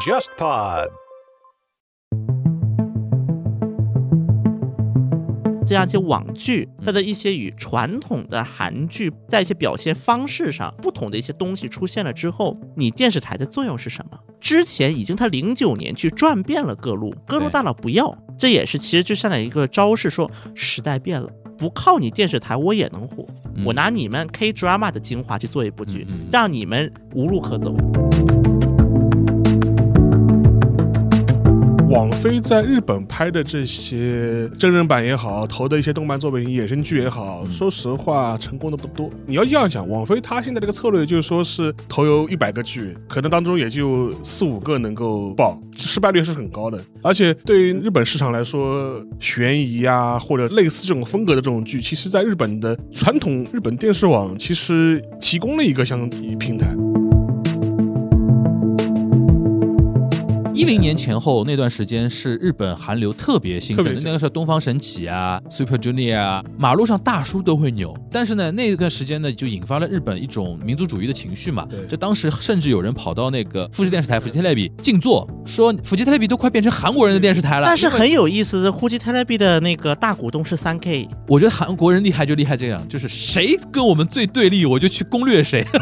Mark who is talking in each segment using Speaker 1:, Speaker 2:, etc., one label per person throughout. Speaker 1: JustPod。
Speaker 2: 这样一些网剧，
Speaker 3: 嗯
Speaker 2: 它的一些与传统的韩剧在一些表现方式上不同的一些东西出现了之后，你电视台的作用是什么？之前已经他零九年去转遍了各路，各路大佬不要，这也是其实就像在一个招式说，时代变了。不靠你电视台，我也能火。
Speaker 3: 嗯
Speaker 2: 我拿你们 K drama 的精华去做一部剧，让你们无路可走。
Speaker 4: 网飞在日本拍的这些真人版也好，投的一些动漫作品、衍生剧也好，说实话成功的不多。你要这样讲，网飞它现在这个策略就是说是投有一百个剧，可能当中也就四五个能够爆，失败率是很高的。而且对于日本市场来说，悬疑啊或者类似这种风格的这种剧，其实在日本的传统日本电视网其实提供了一个相应平台。
Speaker 3: 一零年前后那段时间是日本韩流特别兴盛
Speaker 4: 特
Speaker 3: 的
Speaker 4: 别，兴
Speaker 3: 那个时候东方神起啊、Super Junior 啊，马路上大叔都会扭。但是呢，那段时间呢，就引发了日本一种民族主义的情绪嘛
Speaker 4: 对。
Speaker 3: 就当时甚至有人跑到那个富士电视台、富士 Telebi 静坐，说富士 Telebi 都快变成韩国人的电视台了。
Speaker 2: 但是
Speaker 3: 因为
Speaker 2: 很有意思的，呼机 Telebi 的那个大股东是三 K，
Speaker 3: 我觉得韩国人厉害就厉害这样，就是谁跟我们最对立，我就去攻略谁。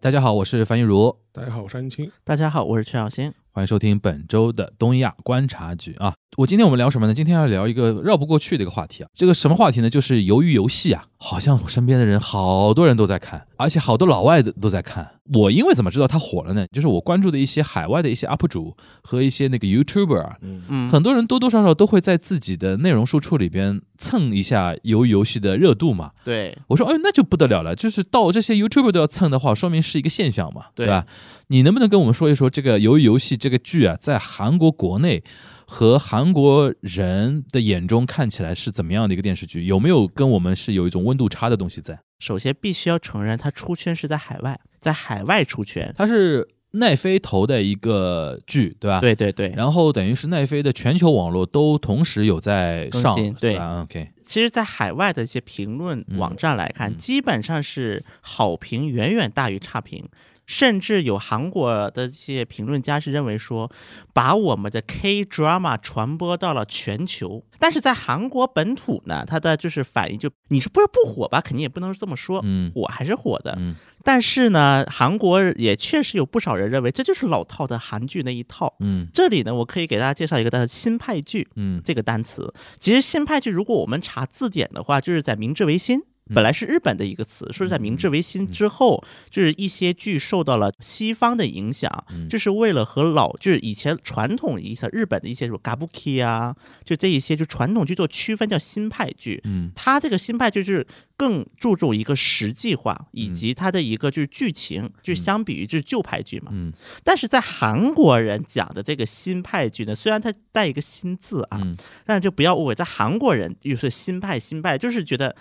Speaker 3: 大家好，我是樊一茹，
Speaker 4: 大家好，我是安青。
Speaker 2: 大家好，我是曲小新。
Speaker 3: 欢迎收听本周的东亚观察局啊！我今天我们聊什么呢？今天要聊一个绕不过去的一个话题啊！这个什么话题呢？就是鱿鱼游戏啊！好像我身边的人好多人都在看，而且好多老外的都在看。我因为怎么知道它火了呢？就是我关注的一些海外的一些 UP 主和一些那个 YouTuber 啊，
Speaker 2: 嗯，
Speaker 3: 很多人多多少少都会在自己的内容输出里边蹭一下鱿鱼游戏的热度嘛。
Speaker 2: 对，
Speaker 3: 我说，哎，那就不得了了，就是到这些 YouTuber 都要蹭的话，说明是一个现象嘛，
Speaker 2: 对
Speaker 3: 对吧？你能不能跟我们说一说这个《鱿鱼游戏》这个剧啊，在韩国国内和韩国人的眼中看起来是怎么样的一个电视剧？有没有跟我们是有一种温度差的东西在？
Speaker 2: 首先必须要承认，他出圈是在海外，在海外出圈。
Speaker 3: 它是奈飞投的一个剧，对吧？。
Speaker 2: 对对对，
Speaker 3: 啊然后等于是奈飞的全球网络都同时有在上
Speaker 2: 更新，对
Speaker 3: 吧嗯？OK，
Speaker 2: 其实，在海外的一些评论
Speaker 3: 嗯
Speaker 2: 网站来看，基本上是好评远远大于差评，甚至有韩国的一些评论家是认为说，把我们的 K drama 传播到了全球。但是在韩国本土呢，它的就是反应就你是不是不火吧？肯定也不能这么说，
Speaker 3: 嗯
Speaker 2: 火还是火的。
Speaker 3: 嗯
Speaker 2: 但是呢，韩国也确实有不少人认为这就是老套的韩剧那一套。
Speaker 3: 嗯
Speaker 2: 这里呢，我可以给大家介绍一个单词“新派剧”。
Speaker 3: 嗯
Speaker 2: 这个单词。其实新派剧，如果我们查字典的话，就是在明治维新。本来是日本的一个词，说是在明治维新之后，就是一些剧受到了西方的影响，就是为了和老就是以前传统一些日本的一些什么 gabuki 啊，就这一些就传统剧做区分叫新派剧。
Speaker 3: 嗯
Speaker 2: 它这个新派就是更注重一个实际化，以及它的一个就是剧情，就相比于就是旧派剧嘛。
Speaker 3: 嗯
Speaker 2: 但是在韩国人讲的这个新派剧呢，虽然它带一个“新”字啊，
Speaker 3: 嗯
Speaker 2: 但是就不要误会，在韩国人又是新派新派，就是觉得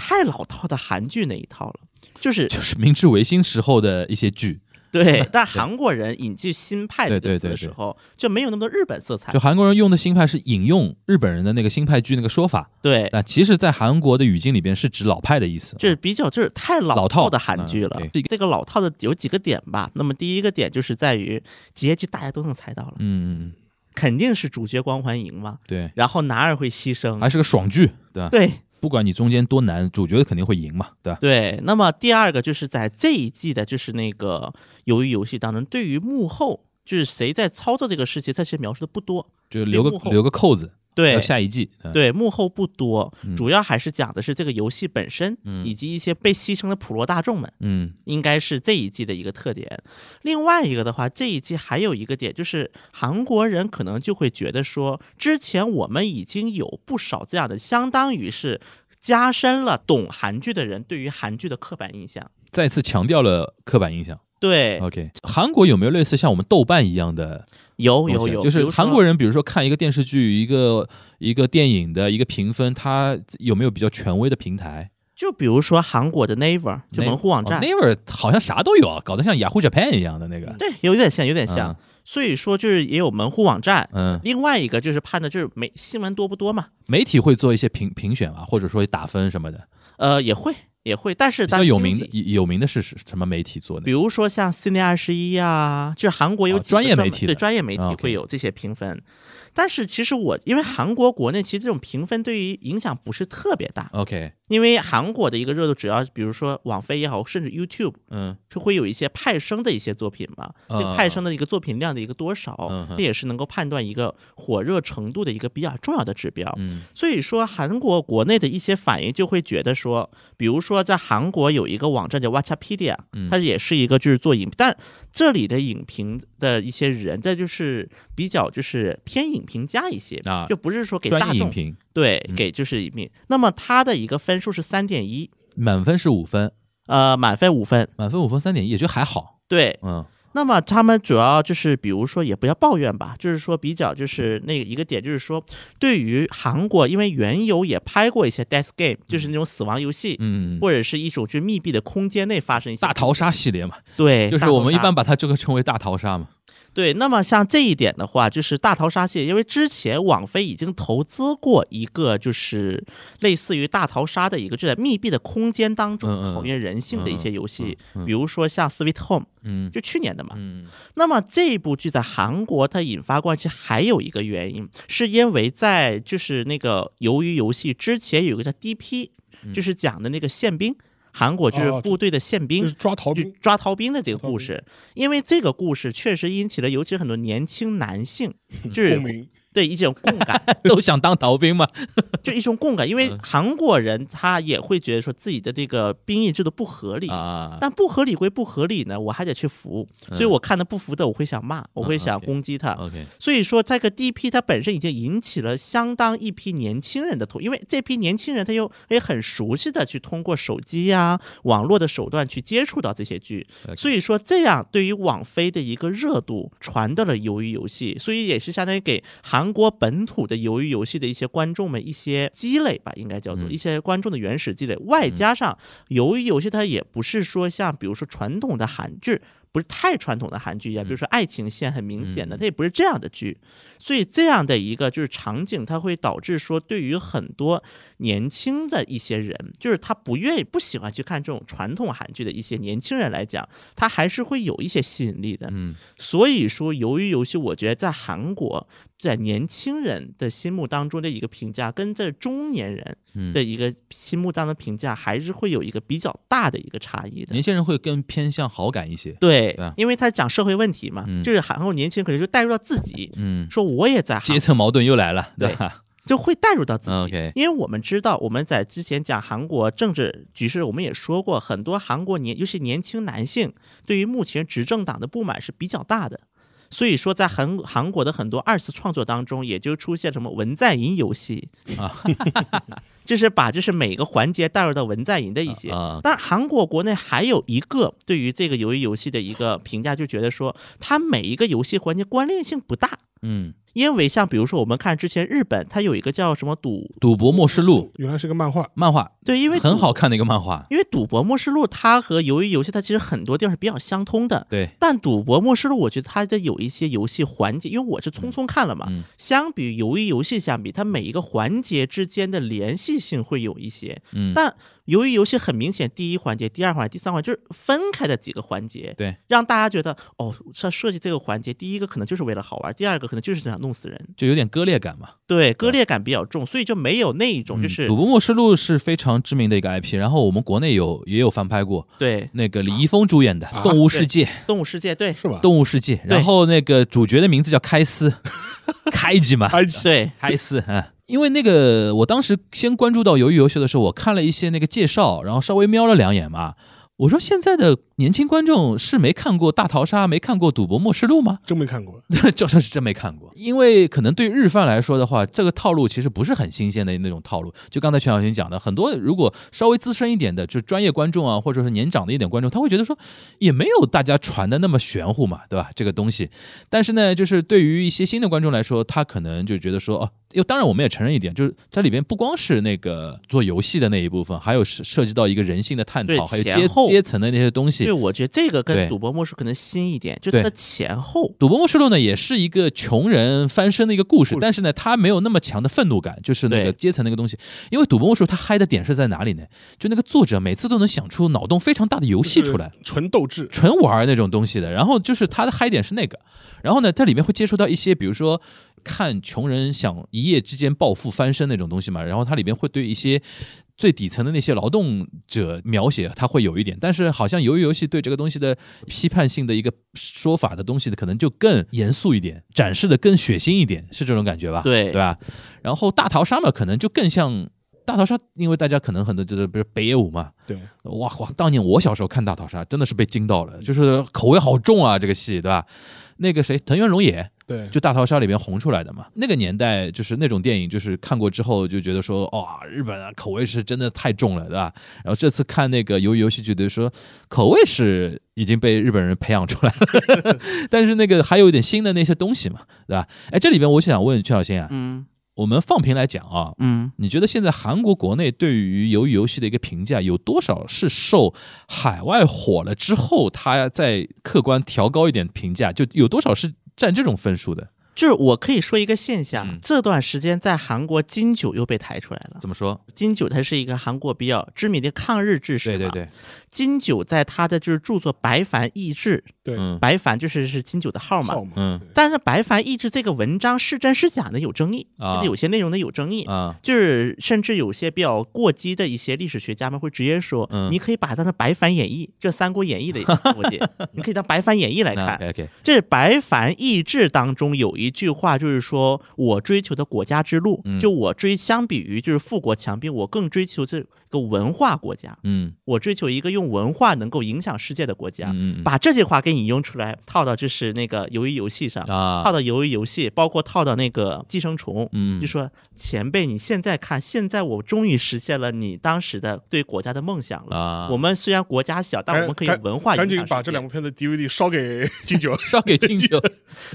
Speaker 2: 太老套的韩剧那一套了。就是
Speaker 3: 就是明治维新时候的一些剧，
Speaker 2: 对，但韩国人引进“新派”这
Speaker 3: 对
Speaker 2: 个
Speaker 3: 对
Speaker 2: 词
Speaker 3: 对
Speaker 2: 的
Speaker 3: 对
Speaker 2: 时候，就没有那么多日本色彩
Speaker 3: 就。韩国人用的新派是引用日本人的那个新派剧那个说法，
Speaker 2: 对，
Speaker 3: 那其实，在韩国的语境里边是指老派的意思。
Speaker 2: 就是比较就是太老
Speaker 3: 老套
Speaker 2: 的韩剧了。
Speaker 3: 嗯对
Speaker 2: 这个老套的有几个点吧。那么第一个点就是在于结局大家都能猜到了，
Speaker 3: 嗯，嗯嗯
Speaker 2: 肯定是主角光环赢嘛，
Speaker 3: 对，
Speaker 2: 然后男二会牺牲。
Speaker 3: 还是个爽剧，对吧？
Speaker 2: 对，
Speaker 3: 不管你中间多难，主角肯定会赢嘛，对吧？
Speaker 2: 对，那么第二个就是在这一季的，就是那个鱿鱼游戏当中，对于幕后就是谁在操作这个事情，它其实描述的不多。
Speaker 3: 就留
Speaker 2: 幕
Speaker 3: 个
Speaker 2: 后
Speaker 3: 留个扣子，
Speaker 2: 对
Speaker 3: 到，下一嗯季。嗯，
Speaker 2: 对，幕后不多，主要还是讲的是这个游戏本身，以及一些被牺牲的普罗大众们，
Speaker 3: 嗯
Speaker 2: 应该是这一季的一个特点。另外一个的话，这一季还有一个点就是，韩国人可能就会觉得说，之前我们已经有不少这样的，相当于是加深了懂韩剧的人对于韩剧的刻板印象。
Speaker 3: 再次强调了刻板印象。
Speaker 2: 对，
Speaker 3: OK，韩国有没有类似像我们豆瓣一样的
Speaker 2: 有
Speaker 3: 东西啊
Speaker 2: 有有，
Speaker 3: 就是韩国
Speaker 2: 人
Speaker 3: 人，比如说看一个电视剧、一个一个电影的一个评分，它有没有比较权威的平台？
Speaker 2: 就比如说韩国的 Naver
Speaker 3: 哦
Speaker 2: 就门户网站，
Speaker 3: n a v e r 好像啥都有啊，搞得像 Yahoo Japan 一样的那个。
Speaker 2: 对，有点像，有点像。
Speaker 3: 嗯
Speaker 2: 所以说就是也有门户网站。
Speaker 3: 嗯，
Speaker 2: 另外一个就是判的就是媒新闻多不多嘛，
Speaker 3: 媒体会做一些评评选啊，或者说打分什么的。
Speaker 2: 呃，也会也会，但是
Speaker 3: 比较
Speaker 2: 当
Speaker 3: 有名的
Speaker 2: 的，
Speaker 3: 有名的是是什么媒体做
Speaker 2: 比
Speaker 3: 的？
Speaker 2: 如说像 C N 二十一啊，就是韩国有
Speaker 3: 哦
Speaker 2: 几个
Speaker 3: 专业
Speaker 2: 门
Speaker 3: 媒体
Speaker 2: 对
Speaker 3: 的
Speaker 2: 专业媒体
Speaker 3: 啊，OK
Speaker 2: 会有这些评分。但是其实我因为韩国国内其实这种评分对于影响不是特别大，
Speaker 3: OK，
Speaker 2: 因为韩国的一个热度主要比如说网飞也好，甚至 YouTube
Speaker 3: 嗯
Speaker 2: 是会有一些派生的一些作品嘛，
Speaker 3: 嗯
Speaker 2: 这个派生的一个作品量的一个多少
Speaker 3: 嗯哼，
Speaker 2: 这也是能够判断一个火热程度的一个比较重要的指标。
Speaker 3: 嗯
Speaker 2: 所以说，韩国国内的一些反应就会觉得说，比如说在韩国有一个网站叫 Watchapedia，
Speaker 3: 嗯
Speaker 2: 它也是一个就是做影，但这里的影评的一些人，这就是比较就是偏影评家一些
Speaker 3: 啊，
Speaker 2: 就不是说给大
Speaker 3: 专业影
Speaker 2: 众
Speaker 3: 评
Speaker 2: 对
Speaker 3: 嗯
Speaker 2: 给就是影评。那么它的一个分数是三点一，
Speaker 3: 满分是五分，
Speaker 2: 呃，满分五分。
Speaker 3: 满分五分三点一，也就还好。
Speaker 2: 对，
Speaker 3: 嗯
Speaker 2: 那么他们主要就是，比如说也不要抱怨吧，就是说比较就是那一个点，就是说对于韩国，因为原有也拍过一些 death game，就是那种死亡游戏，
Speaker 3: 嗯，
Speaker 2: 或者是一种就密闭的空间内发生一些
Speaker 3: 大逃杀系列嘛，
Speaker 2: 对，
Speaker 3: 就是
Speaker 2: 大逃
Speaker 3: 我们一
Speaker 2: 杀
Speaker 3: 般把它这个称为大逃杀嘛。
Speaker 2: 对。那么像这一点的话，就是大逃杀系列，因为之前网飞已经投资过一个就是类似于大逃杀的一个，就在密闭的空间当
Speaker 3: 嗯
Speaker 2: 中
Speaker 3: 嗯
Speaker 2: 考验人性的一些游戏，
Speaker 3: 嗯嗯
Speaker 2: 比如说像 Sweet Home，
Speaker 3: 嗯
Speaker 2: 就去年的嘛，
Speaker 3: 嗯
Speaker 2: 那么这部剧在韩国它引发关系还有一个原因，是因为在就是那个《鱿鱼游戏》之前有一个叫 DP，就是讲的那个宪兵，韩国就是
Speaker 4: 嗯哦
Speaker 2: 部队的宪兵
Speaker 4: 就是。抓逃
Speaker 2: 就
Speaker 4: 兵，
Speaker 2: 抓逃兵的这个故事，因为这个故事确实引起了尤其是很多年轻男性，就是
Speaker 4: 嗯共鸣，
Speaker 2: 对一种共 感，
Speaker 3: 嗯 都想当逃兵嘛。
Speaker 2: 就一种共感，因为
Speaker 4: 嗯
Speaker 2: 韩国人他也会觉得说自己的这个兵役制度不合理，
Speaker 3: 啊，
Speaker 2: 但不合理归不合理呢，我还得去服，
Speaker 4: 嗯
Speaker 2: 所以我看到不服的我会想骂，我会想
Speaker 3: OK
Speaker 2: 攻击他，
Speaker 3: OK，
Speaker 2: 所以说，这个 DP 它本身已经引起了相当一批年轻人的投，因为这批年轻人他又也很熟悉的去通过手机呀、网络的手段去接触到这些剧，
Speaker 3: OK
Speaker 2: 所以说这样对于网飞的一个热度传到了鱿鱼游戏，所以也是相当于给韩国本土的鱿鱼游戏的一些观众们一些积累吧，应该叫做
Speaker 3: 嗯
Speaker 2: 一些观众的原始积累，外加上鱿鱼游戏它也不是说像比如说传统的韩剧。不是太传统的韩剧一样，比如说爱情线很明显的，它也不是这样的剧，所以这样的一个就是场景，它会导致说对于很多年轻的一些人，就是他不愿意、不喜欢去看这种传统韩剧的一些年轻人来讲，他还是会有一些吸引力的。
Speaker 3: 嗯
Speaker 2: 所以说，由于游戏，我觉得在韩国在年轻人的心目当中的一个评价，跟在中年人
Speaker 3: 嗯
Speaker 2: 的，一个心目当中的评价，还是会有一个比较大的一个差异的。
Speaker 3: 年轻人会更偏向好感一些。
Speaker 2: 对
Speaker 3: 嗯对吧，
Speaker 2: 因为他讲社会问题嘛，
Speaker 3: 嗯
Speaker 2: 就是韩国年轻人可能就带入到自己，
Speaker 3: 嗯，
Speaker 2: 说我也在
Speaker 3: 阶
Speaker 2: 韩，
Speaker 3: 层矛盾又来了，吧？
Speaker 2: 就会带入到自己。
Speaker 3: 嗯，OK
Speaker 2: 因为我们知道，我们在之前讲韩国政治局势，我们也说过，很多韩国年，尤其年轻男性，对于目前执政党的不满是比较大的。所以说，在韩韩国的很多二次创作当中，也就出现什么文在寅游戏
Speaker 3: 啊，
Speaker 2: 就是把就是每个环节带入到文在寅的一些
Speaker 3: 啊
Speaker 2: 但韩国国内还有一个对于这个鱿鱼游戏的一个评价，就觉得说它每一个游戏环节关联性不大，
Speaker 3: 嗯，
Speaker 2: 因为像比如说我们看之前日本，它有一个叫什么赌，
Speaker 3: 《赌博默示录》
Speaker 4: 原来是个漫画，
Speaker 3: 漫画
Speaker 2: 对，因为
Speaker 3: 很
Speaker 2: 赌
Speaker 3: 好，看的一个漫画，
Speaker 2: 因为赌博默示录它和鱿鱼游戏它其实很多地方是比较相通的。
Speaker 3: 对，
Speaker 2: 但赌博默示录，我觉得它的有一些游戏环节，因为我是匆匆看了嘛，
Speaker 3: 嗯
Speaker 2: 相比于鱿鱼游戏相比，它每一个环节之间的联系性会有一些。
Speaker 3: 嗯，
Speaker 2: 但由于游戏很明显，第一环节、第二环节、第三环节就是分开的几个环节，
Speaker 3: 对，
Speaker 2: 让大家觉得哦，设设计这个环节，第一个可能就是为了好玩，第二个可能就是想弄死人，
Speaker 3: 就有点割裂感嘛。
Speaker 2: 对，割裂感比较重，所以就没有那一种就
Speaker 3: 嗯
Speaker 2: 是、
Speaker 3: 《赌博默示录》是非常知名的一个 IP，然后我们国内有也有翻拍过，
Speaker 2: 对
Speaker 3: 那个李易峰主演的《动物世界》，
Speaker 2: 动物世界，啊对
Speaker 4: 是吧？
Speaker 3: 动物世界，然后那个主角的名字叫开司， 开 吉嘛，
Speaker 4: 埃及
Speaker 2: 对，
Speaker 3: 开司，嗯。因为那个，我当时先关注到《鱿鱼游戏》的时候，我看了一些那个介绍，然后稍微瞄了两眼嘛。我说现在的年轻观众是没看过《大逃杀》，没看过《赌博默示录》吗？
Speaker 4: 真没看 过，
Speaker 3: 这这是真没看过，因为可能对日饭来说的话，这个套路其实不是很新鲜的那种套路。就刚才全小新讲的，很多如果稍微资深一点的，就专业观众啊，或者是年长的一点观众，他会觉得说，也没有大家传的那么玄乎嘛，对吧？这个东西，但是呢，就是对于一些新的观众来说，他可能就觉得说，哦，又当然我们也承认一点，就是它里边不光是那个做游戏的那一部分，还有涉涉及到一个人性的探
Speaker 2: 对
Speaker 3: 讨，还有
Speaker 2: 前
Speaker 3: 阶
Speaker 2: 后
Speaker 3: 阶层的那些东西
Speaker 2: 对，。我觉得这个
Speaker 3: 对
Speaker 2: 跟赌博默示录可能新一点，就
Speaker 3: 对
Speaker 2: 它的前后
Speaker 3: 《赌博默示录》呢，也是一个穷人翻身的一个故事，
Speaker 4: 故事
Speaker 3: 但是呢，他没有那么强的愤怒感，就是那个
Speaker 2: 对
Speaker 3: 阶层那个东西。因为《赌博默示录》它嗨的点是在哪里呢？就那个作者每次都能想出脑洞非常大的游戏出来，，
Speaker 4: 纯斗志，
Speaker 3: 纯玩儿那种东西的。然后就是它的嗨点是那个，然后呢，它里面会接触到一些，比如说看穷人想一夜之间暴富翻身那种东西嘛。然后它里面会对一些最底层的那些劳动者描写，它会有一点，但是好像由于游戏对这个东西的批判性的一个说法的东西，可能就更严肃一点，展示的更血腥一点，是这种感觉吧？
Speaker 2: 对
Speaker 3: 对吧？然后大逃杀嘛，可能就更像。大逃杀，因为大家可能很多就是比如北野武嘛，
Speaker 4: 对，
Speaker 3: 哇哇！当年我小时候看《大逃杀》，真的是被惊到了，就是口味好重啊，这个戏，对吧？那个谁，藤原龙也
Speaker 4: 对，
Speaker 3: 就《大逃杀》里面红出来的嘛。那个年代就是那种电影，就是看过之后就觉得说，哇、日本啊，口味是真的太重了，对吧？然后这次看那个《鱿鱼游戏》，觉得说口味是已经被日本人培养出来了， 但是那个还有一点新的那些东西嘛，对吧？哎，这里边我想问曲小新啊，
Speaker 2: 嗯
Speaker 3: 我们放平来讲啊，
Speaker 2: 嗯，
Speaker 3: 你觉得现在韩国国内对于鱿鱼游戏的一个评价，有多少是受海外火了之后，它再客观调高一点评价，就有多少是占这种分数的？
Speaker 2: 就是我可以说一个现象，
Speaker 3: 嗯
Speaker 2: 这段时间在韩国金九又被抬出来了。
Speaker 3: 怎么说？
Speaker 2: 金九它是一个韩国比较知名的抗日志士
Speaker 3: 对
Speaker 2: 嘛，
Speaker 3: 对对，
Speaker 2: 金九在他的就是著作《白凡易志》，
Speaker 3: 嗯
Speaker 2: 白凡就是是金九的号嘛
Speaker 4: 号。码，
Speaker 3: 嗯
Speaker 2: 但是《白凡易志》这个文章是真是假呢？有争议，
Speaker 3: 啊
Speaker 2: 它的有些内容呢有争议。
Speaker 3: 啊
Speaker 2: 就是甚至有些比较过激的一些历史学家们会直接说，
Speaker 3: 嗯
Speaker 2: 你可以把它当成《白凡演义》这《三国演义》 的逻辑，你可以当《白凡演义》来看。
Speaker 3: 啊，OK OK，
Speaker 2: 这《白凡易志》当中有一句话，就是说我追求的国家之路，
Speaker 3: 嗯
Speaker 2: 就我追相比于就是富国强兵，我更追求这个文化国家，
Speaker 3: 嗯
Speaker 2: 我追求一个用文化能够影响世界的国家。
Speaker 3: 嗯嗯
Speaker 2: 把这些话给引用出来，套到就是那个鱿鱼游戏上，
Speaker 3: 嗯啊
Speaker 2: 套，到鱿鱼游戏，包括套到那个寄生虫，
Speaker 3: 嗯
Speaker 2: 就说前辈，你现在看，现在我终于实现了你当时的对国家的梦想了。
Speaker 3: 啊，
Speaker 2: 我们 虽然国家小，但我们可以
Speaker 4: 赶
Speaker 2: 文化
Speaker 4: 赶
Speaker 2: 影
Speaker 4: 紧
Speaker 2: 响
Speaker 4: 把
Speaker 2: 世
Speaker 4: 这
Speaker 2: 界
Speaker 4: 两部片子 DVD 烧给金 九，
Speaker 3: 烧给金九，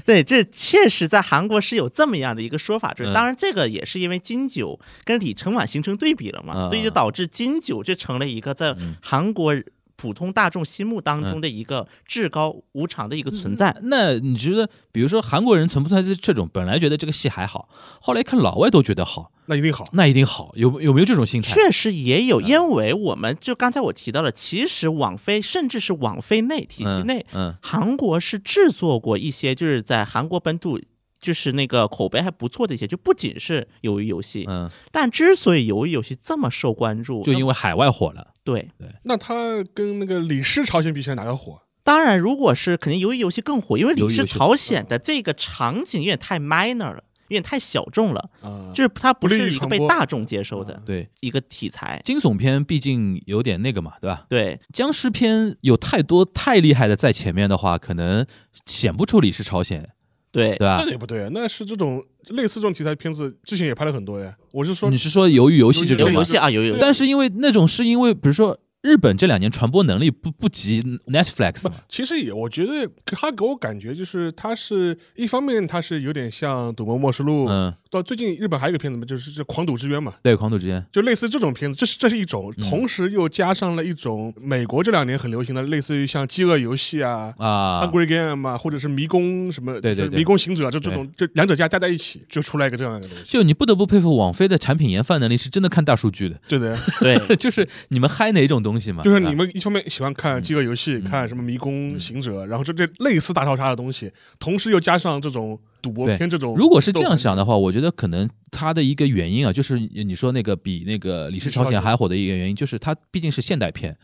Speaker 2: 对，这确实在韩国是有这么样的一个说法，就
Speaker 3: 嗯
Speaker 2: 是当然这个也是因为金九跟李承晚形成对比了嘛，
Speaker 3: 嗯
Speaker 2: 所以就导致金九就成了一个在
Speaker 3: 嗯
Speaker 2: 韩国普通大众心目当中的一个至高无常的一个存在。
Speaker 3: 那你觉得，比如说韩国人存不存在这这种，本来觉得这个戏还好，后来一看老外都觉得好，
Speaker 4: 那一定好。
Speaker 3: 那一定好，有有没有这种心态？
Speaker 2: 确实也
Speaker 3: 嗯
Speaker 2: 有，因为我们就刚才我提到了，其实网飞甚至是网飞内体系
Speaker 3: 嗯
Speaker 2: 内，
Speaker 3: 嗯
Speaker 2: 韩国是制作过一些就是在韩国本土就是那个口碑还不错的一些，就不仅是鱿鱼游戏，
Speaker 3: 嗯，
Speaker 2: 但之所以鱿鱼游戏这么受关注，
Speaker 3: 就因
Speaker 2: 为
Speaker 3: 为海外火了，
Speaker 2: 对。
Speaker 4: 那他跟那个李氏朝鲜比起来哪个火？
Speaker 2: 当然，如果是肯定鱿鱼游戏更火，因为
Speaker 3: 鱿
Speaker 2: 李
Speaker 3: 鱼
Speaker 2: 氏
Speaker 3: 游戏
Speaker 2: 朝鲜的这个场景有点太 minor 了，有点太小众了，
Speaker 4: 啊
Speaker 2: 就是它不
Speaker 4: 不利于
Speaker 2: 是一个
Speaker 4: 传
Speaker 2: 被
Speaker 4: 播
Speaker 2: 大众接受的
Speaker 3: 对。
Speaker 2: 一个题材。
Speaker 3: 惊悚片毕竟有点那个嘛，对吧？
Speaker 2: 对，
Speaker 3: 僵尸片有太多太厉害的在前面的话，可能显不出李氏朝鲜，
Speaker 2: 对
Speaker 3: 对，吧
Speaker 4: 那？也不对，啊那是这种类似这种题材的片子之前也拍了很多呀。我是说
Speaker 3: 你，是说鱿鱼游戏这
Speaker 2: 鱿
Speaker 3: 种
Speaker 2: 鱼
Speaker 3: 吗
Speaker 2: 游？戏啊，鱿鱼游戏，
Speaker 3: 但是因为那种是因为，比如说日本这两年传播能力不不及 Netflix 嘛，
Speaker 4: 其实也我觉得他给我感觉就是他是一方面他是有点像《赌博默示录》，
Speaker 3: 嗯，
Speaker 4: 到最近日本还有一个片子嘛，就是这《狂赌之渊》嘛，
Speaker 3: 对，狂赌之间，
Speaker 4: 就类似这种片子，这是这是一种，
Speaker 3: 嗯
Speaker 4: 同时又加上了一种美国这两年很流行的，类似于像《饥饿游戏》啊。
Speaker 3: 啊，
Speaker 4: Hungry Game 啊，或者是迷宫什么，
Speaker 3: 对对
Speaker 4: 就是
Speaker 3: 对
Speaker 4: 迷宫行者，就这种，就两者加加在一起，就出来一个这样的东西，
Speaker 3: 就你不得不佩服网飞的产品研发能力，是真的看大数据的， 啊
Speaker 4: 对的。
Speaker 2: 对，
Speaker 3: 就是你们嗨哪种东西嘛，
Speaker 4: 就是
Speaker 3: 对吧
Speaker 4: 你们一方面喜欢看
Speaker 3: 嗯
Speaker 4: 饥饿游戏，看什么迷宫行者，然后这这类似大逃杀的东西，同时又加上这种赌博
Speaker 3: 对
Speaker 4: 片这
Speaker 2: 哦
Speaker 4: 种。
Speaker 3: 如果是这样，想的话，我觉得可能它的一个原因啊，就是你说那个比那个《李氏朝鲜》还火的一个原因，就是它毕竟是现代片，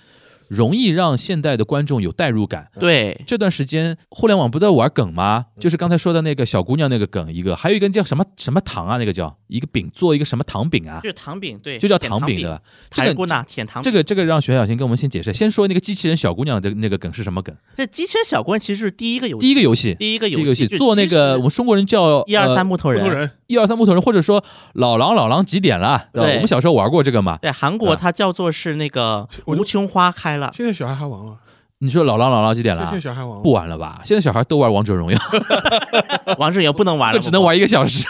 Speaker 3: 容易让现代的观众有代入感。
Speaker 2: 对，
Speaker 3: 这段时间互联网不在玩梗吗？就是刚才说的那个小姑娘那个梗，一个，还有一个叫什么什么糖啊，那个叫一个饼做一个什么糖饼啊
Speaker 2: 就，是糖饼，对，
Speaker 3: 就叫
Speaker 2: 舔
Speaker 3: 糖
Speaker 2: 饼
Speaker 3: 对吧？这
Speaker 2: 排骨
Speaker 3: 个
Speaker 2: 呢，舔糖
Speaker 3: 这
Speaker 2: 饼。
Speaker 3: 个这个让徐小新跟我们先解释，先说那个机器人小姑娘的那个梗是什么梗？
Speaker 2: 这机器人小关其实是第一个游戏，
Speaker 3: 第一个游戏，
Speaker 2: 第一个
Speaker 3: 第一个游
Speaker 2: 戏
Speaker 3: 戏
Speaker 2: 就是
Speaker 3: 做那个我们中国人叫
Speaker 2: 一二
Speaker 3: 呃
Speaker 2: 三木头
Speaker 4: 很
Speaker 2: 人。
Speaker 4: 多人
Speaker 3: 一二三木头人，或者说老狼老狼几点了？对吧？
Speaker 2: 对
Speaker 3: 我们小时候玩过这个嘛。
Speaker 2: 对，韩国它叫做是那个
Speaker 4: 我就
Speaker 2: 无穷花开了，
Speaker 4: 现在小孩还玩啊，
Speaker 3: 你说老狼老狼几点
Speaker 4: 现
Speaker 3: 了
Speaker 4: 在？ 小孩还玩啊
Speaker 3: 不玩了吧？现在小孩都玩王者荣耀，
Speaker 2: 王者也不能玩了，
Speaker 3: 只能。玩一 个小时。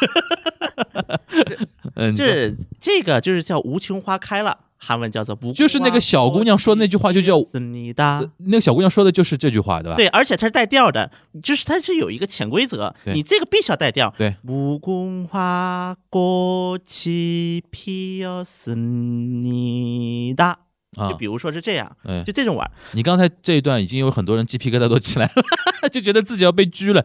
Speaker 3: 嗯，你
Speaker 2: 就
Speaker 3: 说
Speaker 2: 是这个就是叫无穷花开了。韩文叫做不，
Speaker 3: 就是那个小姑娘说那句话就叫
Speaker 2: 你哒。
Speaker 3: 那个小姑娘说的就是这句话，对吧？
Speaker 2: 对，而且它是带调的，就是它是有一个潜规则，
Speaker 3: 对
Speaker 2: 你这个必须要带调。
Speaker 3: 对，
Speaker 2: 무궁화꽃이피었습니다。
Speaker 3: 啊
Speaker 2: 就，比如说是这样，
Speaker 3: 哎
Speaker 2: 就这种玩儿。
Speaker 3: 你刚才这一段已经有很多人鸡皮疙瘩都起来了， 就觉得自己要被拘了。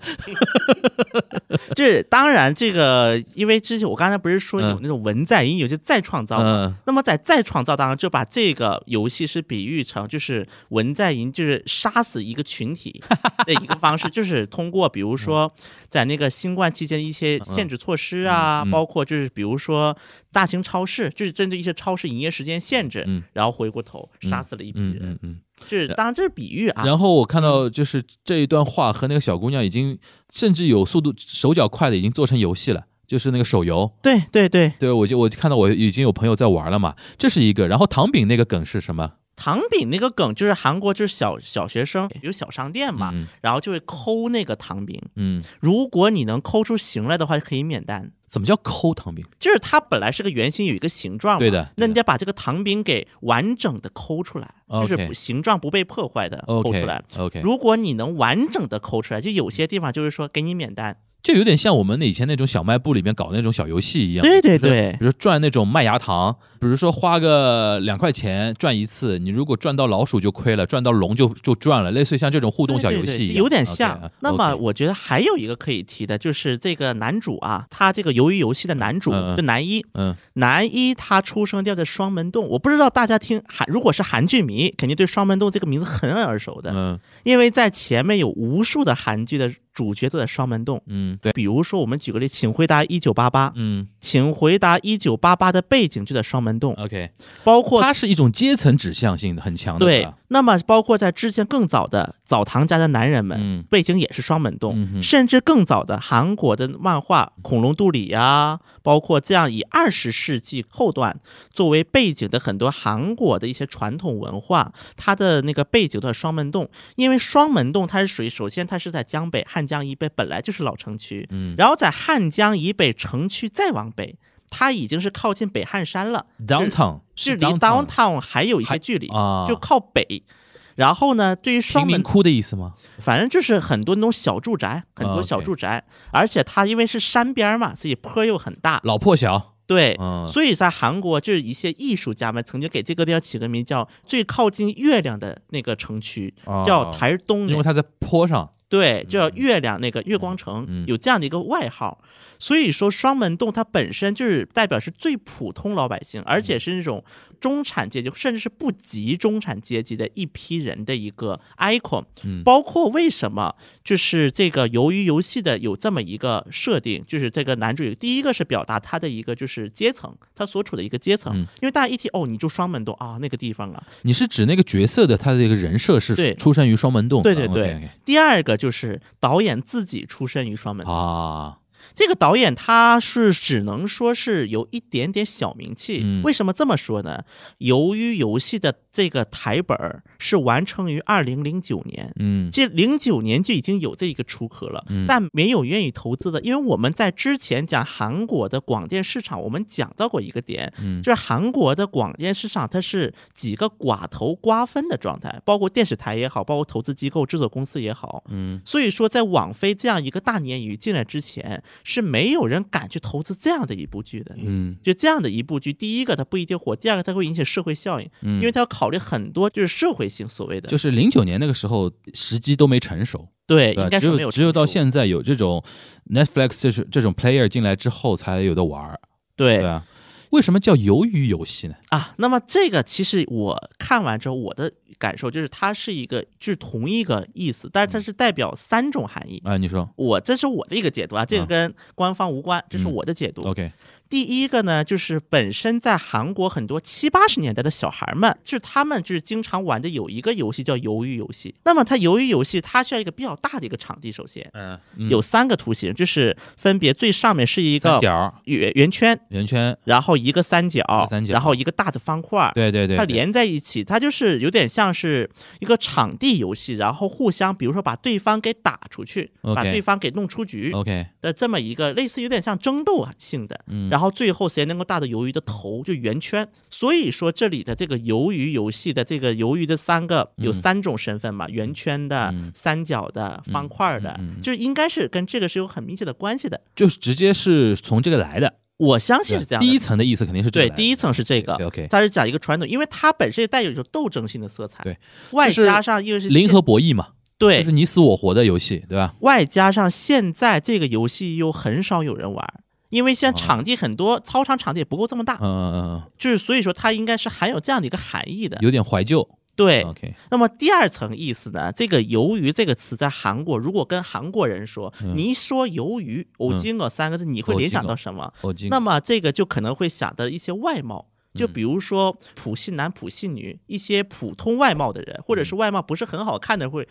Speaker 2: 这当然，这个因为之前我刚才不是说
Speaker 3: 嗯
Speaker 2: 有那种文在寅，有些再创造嘛
Speaker 3: 嗯，
Speaker 2: 那么在再创造当中，就把这个游戏是比喻成就是文在寅就是杀死一个群 体的一个方式，就是通过比如说在那个新冠期间一些限制措施啊，
Speaker 3: 嗯嗯嗯
Speaker 2: 包括就是比如说大型超市，就是针对一些超市营业时间限制，
Speaker 3: 嗯
Speaker 2: 然后回过头杀死了一批
Speaker 3: 嗯
Speaker 2: 人，
Speaker 3: 嗯嗯。
Speaker 2: 就是当然这是比喻啊。
Speaker 3: 然后我看到就是这一段话和那个小姑娘已经，甚至有速度手脚快的已经做成游戏了，就是那个手游。
Speaker 2: 对对对，
Speaker 3: 对，我就我看到我已经有朋友在玩了嘛，这是一个。然后糖饼那个梗是什么？
Speaker 2: 糖饼那个梗就是韩国就是小小学生有小商店嘛，
Speaker 3: 嗯
Speaker 2: 然后就会抠那个糖饼，
Speaker 3: 嗯，
Speaker 2: 如果你能抠出形来的话，可以免单。
Speaker 3: 怎么叫抠糖饼？
Speaker 2: 就是它本来是个圆形，有一个形状嘛。
Speaker 3: 对的
Speaker 2: 那
Speaker 3: 对的
Speaker 2: 你得把这个糖饼给完整的抠出来，就
Speaker 3: OK
Speaker 2: 是不形状不被破坏的啊抠
Speaker 3: OK
Speaker 2: 出来。
Speaker 3: OK，
Speaker 2: 如果你能完整的抠出来，就有些地方就是说给你免单。
Speaker 3: 就有点像我们以前那种小卖部里面搞那种小游戏一样。
Speaker 2: 对对
Speaker 3: 比如说
Speaker 2: 对
Speaker 3: 比如说赚那种麦芽糖，比如说花个两块钱赚一次，你如果赚到老鼠就亏了，赚到龙就就赚了，类似于像这种互动小游
Speaker 2: 对对
Speaker 3: 戏
Speaker 2: 对
Speaker 3: 一样，
Speaker 2: 有点像。
Speaker 3: OK，啊
Speaker 2: 那么
Speaker 3: OK
Speaker 2: 我觉得还有一个可以提的，就是这个男主啊，他这个鱿鱼游戏的男主
Speaker 3: 嗯嗯
Speaker 2: 就男一，
Speaker 3: 嗯，
Speaker 2: 男一他出生掉在双门洞。我不知道大家听韩，如果是韩剧迷，肯定对双门洞这个名字很耳熟的，
Speaker 3: 嗯
Speaker 2: 因为在前面有无数的韩剧的主角都在双门洞。
Speaker 3: 嗯，对，
Speaker 2: 比如说，我们举个例，请回答一九八八，
Speaker 3: 嗯
Speaker 2: 请回答一九八八的背景就在双门洞，
Speaker 3: ，OK，
Speaker 2: 包括
Speaker 3: 它是一种阶层指向性的很强的，
Speaker 2: 对
Speaker 3: 吧，
Speaker 2: 那么包括在之前更早的澡堂家的男人们。
Speaker 3: 嗯
Speaker 2: 背景也是双门
Speaker 3: 嗯
Speaker 2: 洞，
Speaker 3: 哼
Speaker 2: 甚至更早的韩国的漫画《恐龙肚里》呀，包括这样以二十世纪后段作为背景的很多韩国的一些传统文化，它的那个背景都在双门洞，因为双门洞它是属于首先它是在江北汉江以北，本来就是老城区，
Speaker 3: 嗯
Speaker 2: 然后在汉江以北城区再往北，它已经是靠近北汉山了，
Speaker 3: ，downtown
Speaker 2: 是
Speaker 3: 是
Speaker 2: 离 downtown 还有一些距离，
Speaker 3: 啊，
Speaker 2: 就靠北。然后呢，对于
Speaker 3: 贫
Speaker 2: 双
Speaker 3: 民
Speaker 2: 门，
Speaker 3: 窟的意思吗？
Speaker 2: 反正就是很多那种小住宅，很多
Speaker 3: OK
Speaker 2: 小住宅，而且它因为是山边嘛，所以坡又很大，
Speaker 3: 老破小，
Speaker 2: 对。
Speaker 3: 嗯
Speaker 2: 所以在韩国，就是一些艺术家们曾经给这个地方起个名叫“最靠近月亮的那个城区”，叫
Speaker 3: 哦
Speaker 2: 台东
Speaker 3: 因为
Speaker 2: 人，
Speaker 3: 它在坡上，
Speaker 2: 对，叫月亮那个月光
Speaker 3: 嗯
Speaker 2: 城
Speaker 3: 嗯，
Speaker 2: 有这样的一个外号。所以说，双门洞它本身就是代表是最普通老百姓，而
Speaker 3: 嗯
Speaker 2: 且是那种中产阶级，甚至是不及中产阶级的一批人的一个 icon。
Speaker 3: 嗯
Speaker 2: 包括为什么就是这个鱿鱼游戏的有这么一个设定，就是这个男主有第一个是表达他的一个就是阶层，他所处的一个阶层。
Speaker 3: 嗯
Speaker 2: 因为大家一提哦，你住双门洞啊，那个地方啊，
Speaker 3: 你是指那个角色的他的一个人设是
Speaker 2: 对
Speaker 3: 出生于双门洞的，
Speaker 2: 对对对
Speaker 3: OK，OK
Speaker 2: 第二个就是导演自己出身于双门洞。
Speaker 3: 啊，
Speaker 2: 这个导演他是只能说是有一点点小名气。
Speaker 3: 嗯
Speaker 2: 为什么这么说呢？由于游戏的这个台本儿是完成于二零零九年。
Speaker 3: 嗯
Speaker 2: 这零九年就已经有这一个出壳了，
Speaker 3: 嗯
Speaker 2: 但没有愿意投资的，因为我们在之前讲韩国的广电市场，我们讲到过一个点，
Speaker 3: 嗯
Speaker 2: 就是韩国的广电市场它是几个寡头瓜分的状态，包括电视台也好，包括投资机构、制作公司也好，
Speaker 3: 嗯
Speaker 2: 所以说，在网飞这样一个大鲶鱼进来之前，是没有人敢去投资这样的一部剧的。
Speaker 3: 嗯
Speaker 2: 就这样的一部剧，第一个它不一定火，第二个它会引起社会效应，
Speaker 3: 嗯，
Speaker 2: 因为它要考虑很多就是社会性所谓的，
Speaker 3: 就是零九年那个时候时机都没成熟，
Speaker 2: 对，
Speaker 3: 对吧
Speaker 2: 应该
Speaker 3: 只
Speaker 2: 是没
Speaker 3: 有
Speaker 2: 有
Speaker 3: 只有到
Speaker 2: 成熟
Speaker 3: 现在有这种 Netflix 这种这种 player 进来之后才有的玩儿，
Speaker 2: 对
Speaker 3: 对啊。为什么叫鱿鱼游戏呢？
Speaker 2: 啊，那么这个其实我看完之后，我的感受就是它是一个就是同一个意思，但是
Speaker 3: 嗯
Speaker 2: 它是代表三种含义。
Speaker 3: 啊，你说
Speaker 2: 我这是我的一个解读啊，这个跟官方无关，这是我的解读。
Speaker 3: 嗯 OK？
Speaker 2: 第一个呢，就是本身在韩国很多七八十年代的小孩们，就是他们就是经常玩的有一个游戏叫鱿鱼游戏。那么它鱿鱼游戏它需要一个比较大的一个场地，首先
Speaker 3: 嗯，
Speaker 2: 有三个图形，就是分别最上面是一
Speaker 3: 三
Speaker 2: 个
Speaker 3: 角、
Speaker 2: 圆圆圈，
Speaker 3: 圆圈，
Speaker 2: 然后一个三角
Speaker 3: 个，三角
Speaker 2: 然后一个大的方块。
Speaker 3: 对对对，
Speaker 2: 它
Speaker 3: 对
Speaker 2: 连在一起，它就是有点像是一个场地游戏，然后互相，比如说把对方给打出去，把
Speaker 3: OK
Speaker 2: 对方给弄出局
Speaker 3: OK，
Speaker 2: 的这么一个类似有点像争斗性的，
Speaker 3: 嗯，
Speaker 2: 然后最后谁能够大到鱿鱼的头就圆圈。所以说这里的这个鱿鱼游戏的这个鱿鱼的三个
Speaker 3: 嗯
Speaker 2: 有三种身份嘛，圆圈的、三角的、
Speaker 3: 嗯
Speaker 2: 方块的，就是应该是跟这个是有很密切的关系的。
Speaker 3: 就是直接是从这个来的。
Speaker 2: 我相信是这样的。
Speaker 3: 第一层的意思肯定是这个
Speaker 2: 对，
Speaker 3: 来的
Speaker 2: 第一层是这个
Speaker 3: OK，OK
Speaker 2: 它是讲一个传统，因为它本身也带有一种斗争性的色彩，
Speaker 3: 对，
Speaker 2: 外
Speaker 3: 就是
Speaker 2: 加上又是
Speaker 3: 零和博弈嘛，就
Speaker 2: 对
Speaker 3: 是，你死我活的游戏，对吧？
Speaker 2: 外加上现在这个游戏又很少有人玩，因为
Speaker 3: 哦
Speaker 2: 现在场地很多，操场场地也不够这么大，
Speaker 3: 嗯嗯嗯嗯，
Speaker 2: 就是所以说它应该是含有这样的一个含义的。
Speaker 3: 有啊点怀旧。
Speaker 2: 对，
Speaker 3: OK，
Speaker 2: 那么第二层意思呢？这个“鱿鱼”这个词在韩国，如果跟韩国人说，
Speaker 3: 嗯
Speaker 2: 你一说“鱿鱼”“偶金额”三个字，你
Speaker 3: 哦
Speaker 2: 会联想到什么？
Speaker 3: 我今
Speaker 2: 那么这个就可能会想到一些外貌，
Speaker 3: 嗯
Speaker 2: 就比如说普信男、普信女，一些普通外貌的人，或者
Speaker 3: 嗯
Speaker 2: 是外貌不是很好看的，会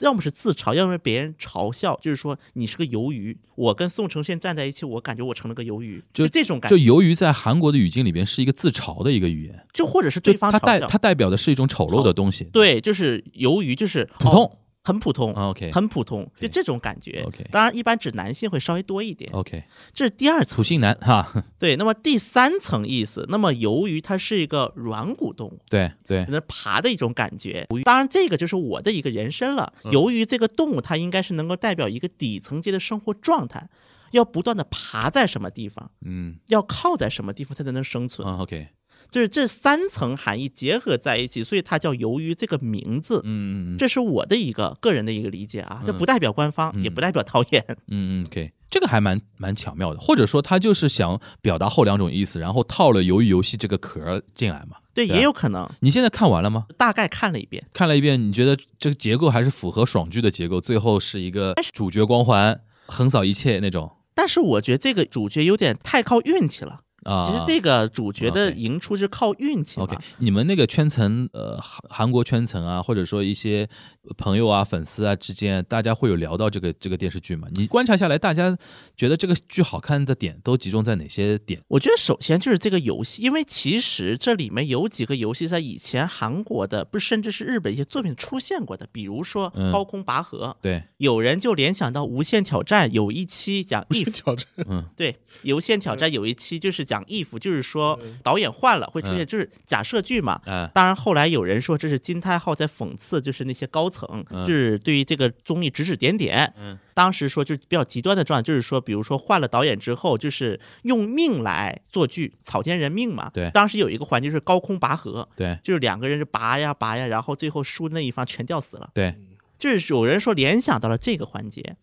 Speaker 2: 要么是自嘲，要么别人嘲笑，就是说你是个鱿鱼。我跟宋承宪站在一起，我感觉我成了个鱿鱼，
Speaker 3: 就
Speaker 2: 就这种感
Speaker 3: 就
Speaker 2: 觉，
Speaker 3: 由于在韩国的语境里边是一个自嘲的一个语言，
Speaker 2: 就或者是
Speaker 3: 就
Speaker 2: 对方
Speaker 3: 它代
Speaker 2: 嘲
Speaker 3: 它
Speaker 2: 笑。
Speaker 3: 代表的是一种丑陋的东西，，
Speaker 2: 对，就是鱿鱼，就是
Speaker 3: 普
Speaker 2: 哦
Speaker 3: 通。
Speaker 2: 很普通
Speaker 3: 啊，OK
Speaker 2: 很普通，就这种感觉。
Speaker 3: OK 哦
Speaker 2: 当然，一般指男性会稍微多一点。
Speaker 3: OK，
Speaker 2: 这是第二层
Speaker 3: 普，信男哈，
Speaker 2: 对。那么第三层意思，那么由于它是一个软骨动物，
Speaker 3: 对对
Speaker 2: 在，那爬的一种感觉。当然，这个就是我的一个人生了。
Speaker 3: 嗯
Speaker 2: 由于这个动物，它应该是能够代表一个底层阶的生活状态，要不断的爬在什么地方，
Speaker 3: 嗯，
Speaker 2: 要靠在什么地方才能能生存，
Speaker 3: 啊 OK，
Speaker 2: 就是这三层含义结合在一起，所以它叫由于这个名字。
Speaker 3: 嗯嗯嗯
Speaker 2: 这是我的一个个人的一个理解啊，这不代表官方，也不代表导演。
Speaker 3: 嗯嗯，OK，这个还蛮蛮巧妙的，或者说他就是想表达后两种意思，然后套了鱿鱼游戏这个壳儿进来嘛。
Speaker 2: 对，
Speaker 3: 对啊
Speaker 2: 也有可能。
Speaker 3: 你现在看完了吗？
Speaker 2: 大概看了一遍，
Speaker 3: 看了一遍，你觉得这个结构还是符合爽剧的结构，最后是一个主角光环横扫一切那种
Speaker 2: 但是我觉得这个主角有点太靠运气了。
Speaker 3: 啊。
Speaker 2: 其实这个主角的
Speaker 3: OK
Speaker 2: 赢出是靠运气嘛。
Speaker 3: OK，你们那个圈层，呃，韩韩国圈层啊，或者说一些朋友啊、粉丝啊之间，大家会有聊到这个这个电视剧吗？你观察下来，大家觉得这个剧好看的点都集中在哪些点？
Speaker 2: 我觉得首先就是这个游戏，因为其实这里面有几个游戏在以前韩国的，不是甚至是日本一些作品出现过的，比如说
Speaker 3: 嗯
Speaker 2: 《高空拔河》
Speaker 3: 对，
Speaker 2: 有人就联想到《无限挑战》，有一期讲 if，
Speaker 4: 挑战
Speaker 2: 对，《无限挑战》有一期就是讲 if，就是说导演换了会出现，
Speaker 3: 嗯
Speaker 2: 就是假设剧嘛。
Speaker 3: 嗯
Speaker 2: 当然，后来有人说这是金泰浩在讽刺，就是那些高层，
Speaker 3: 嗯
Speaker 2: 就是对于这个综艺指指点点。
Speaker 3: 嗯，
Speaker 2: 当时说就是比较极端的状态，就是说，比如说换了导演之后，就是用命来做剧，草菅人命嘛。
Speaker 3: 对
Speaker 2: 当时有一个环节就是高空拔河，
Speaker 3: 对
Speaker 2: 就是两个人是拔呀拔呀，然后最后输的那一方全吊死了。
Speaker 3: 对，
Speaker 2: 就是有人说联想到了这个环节，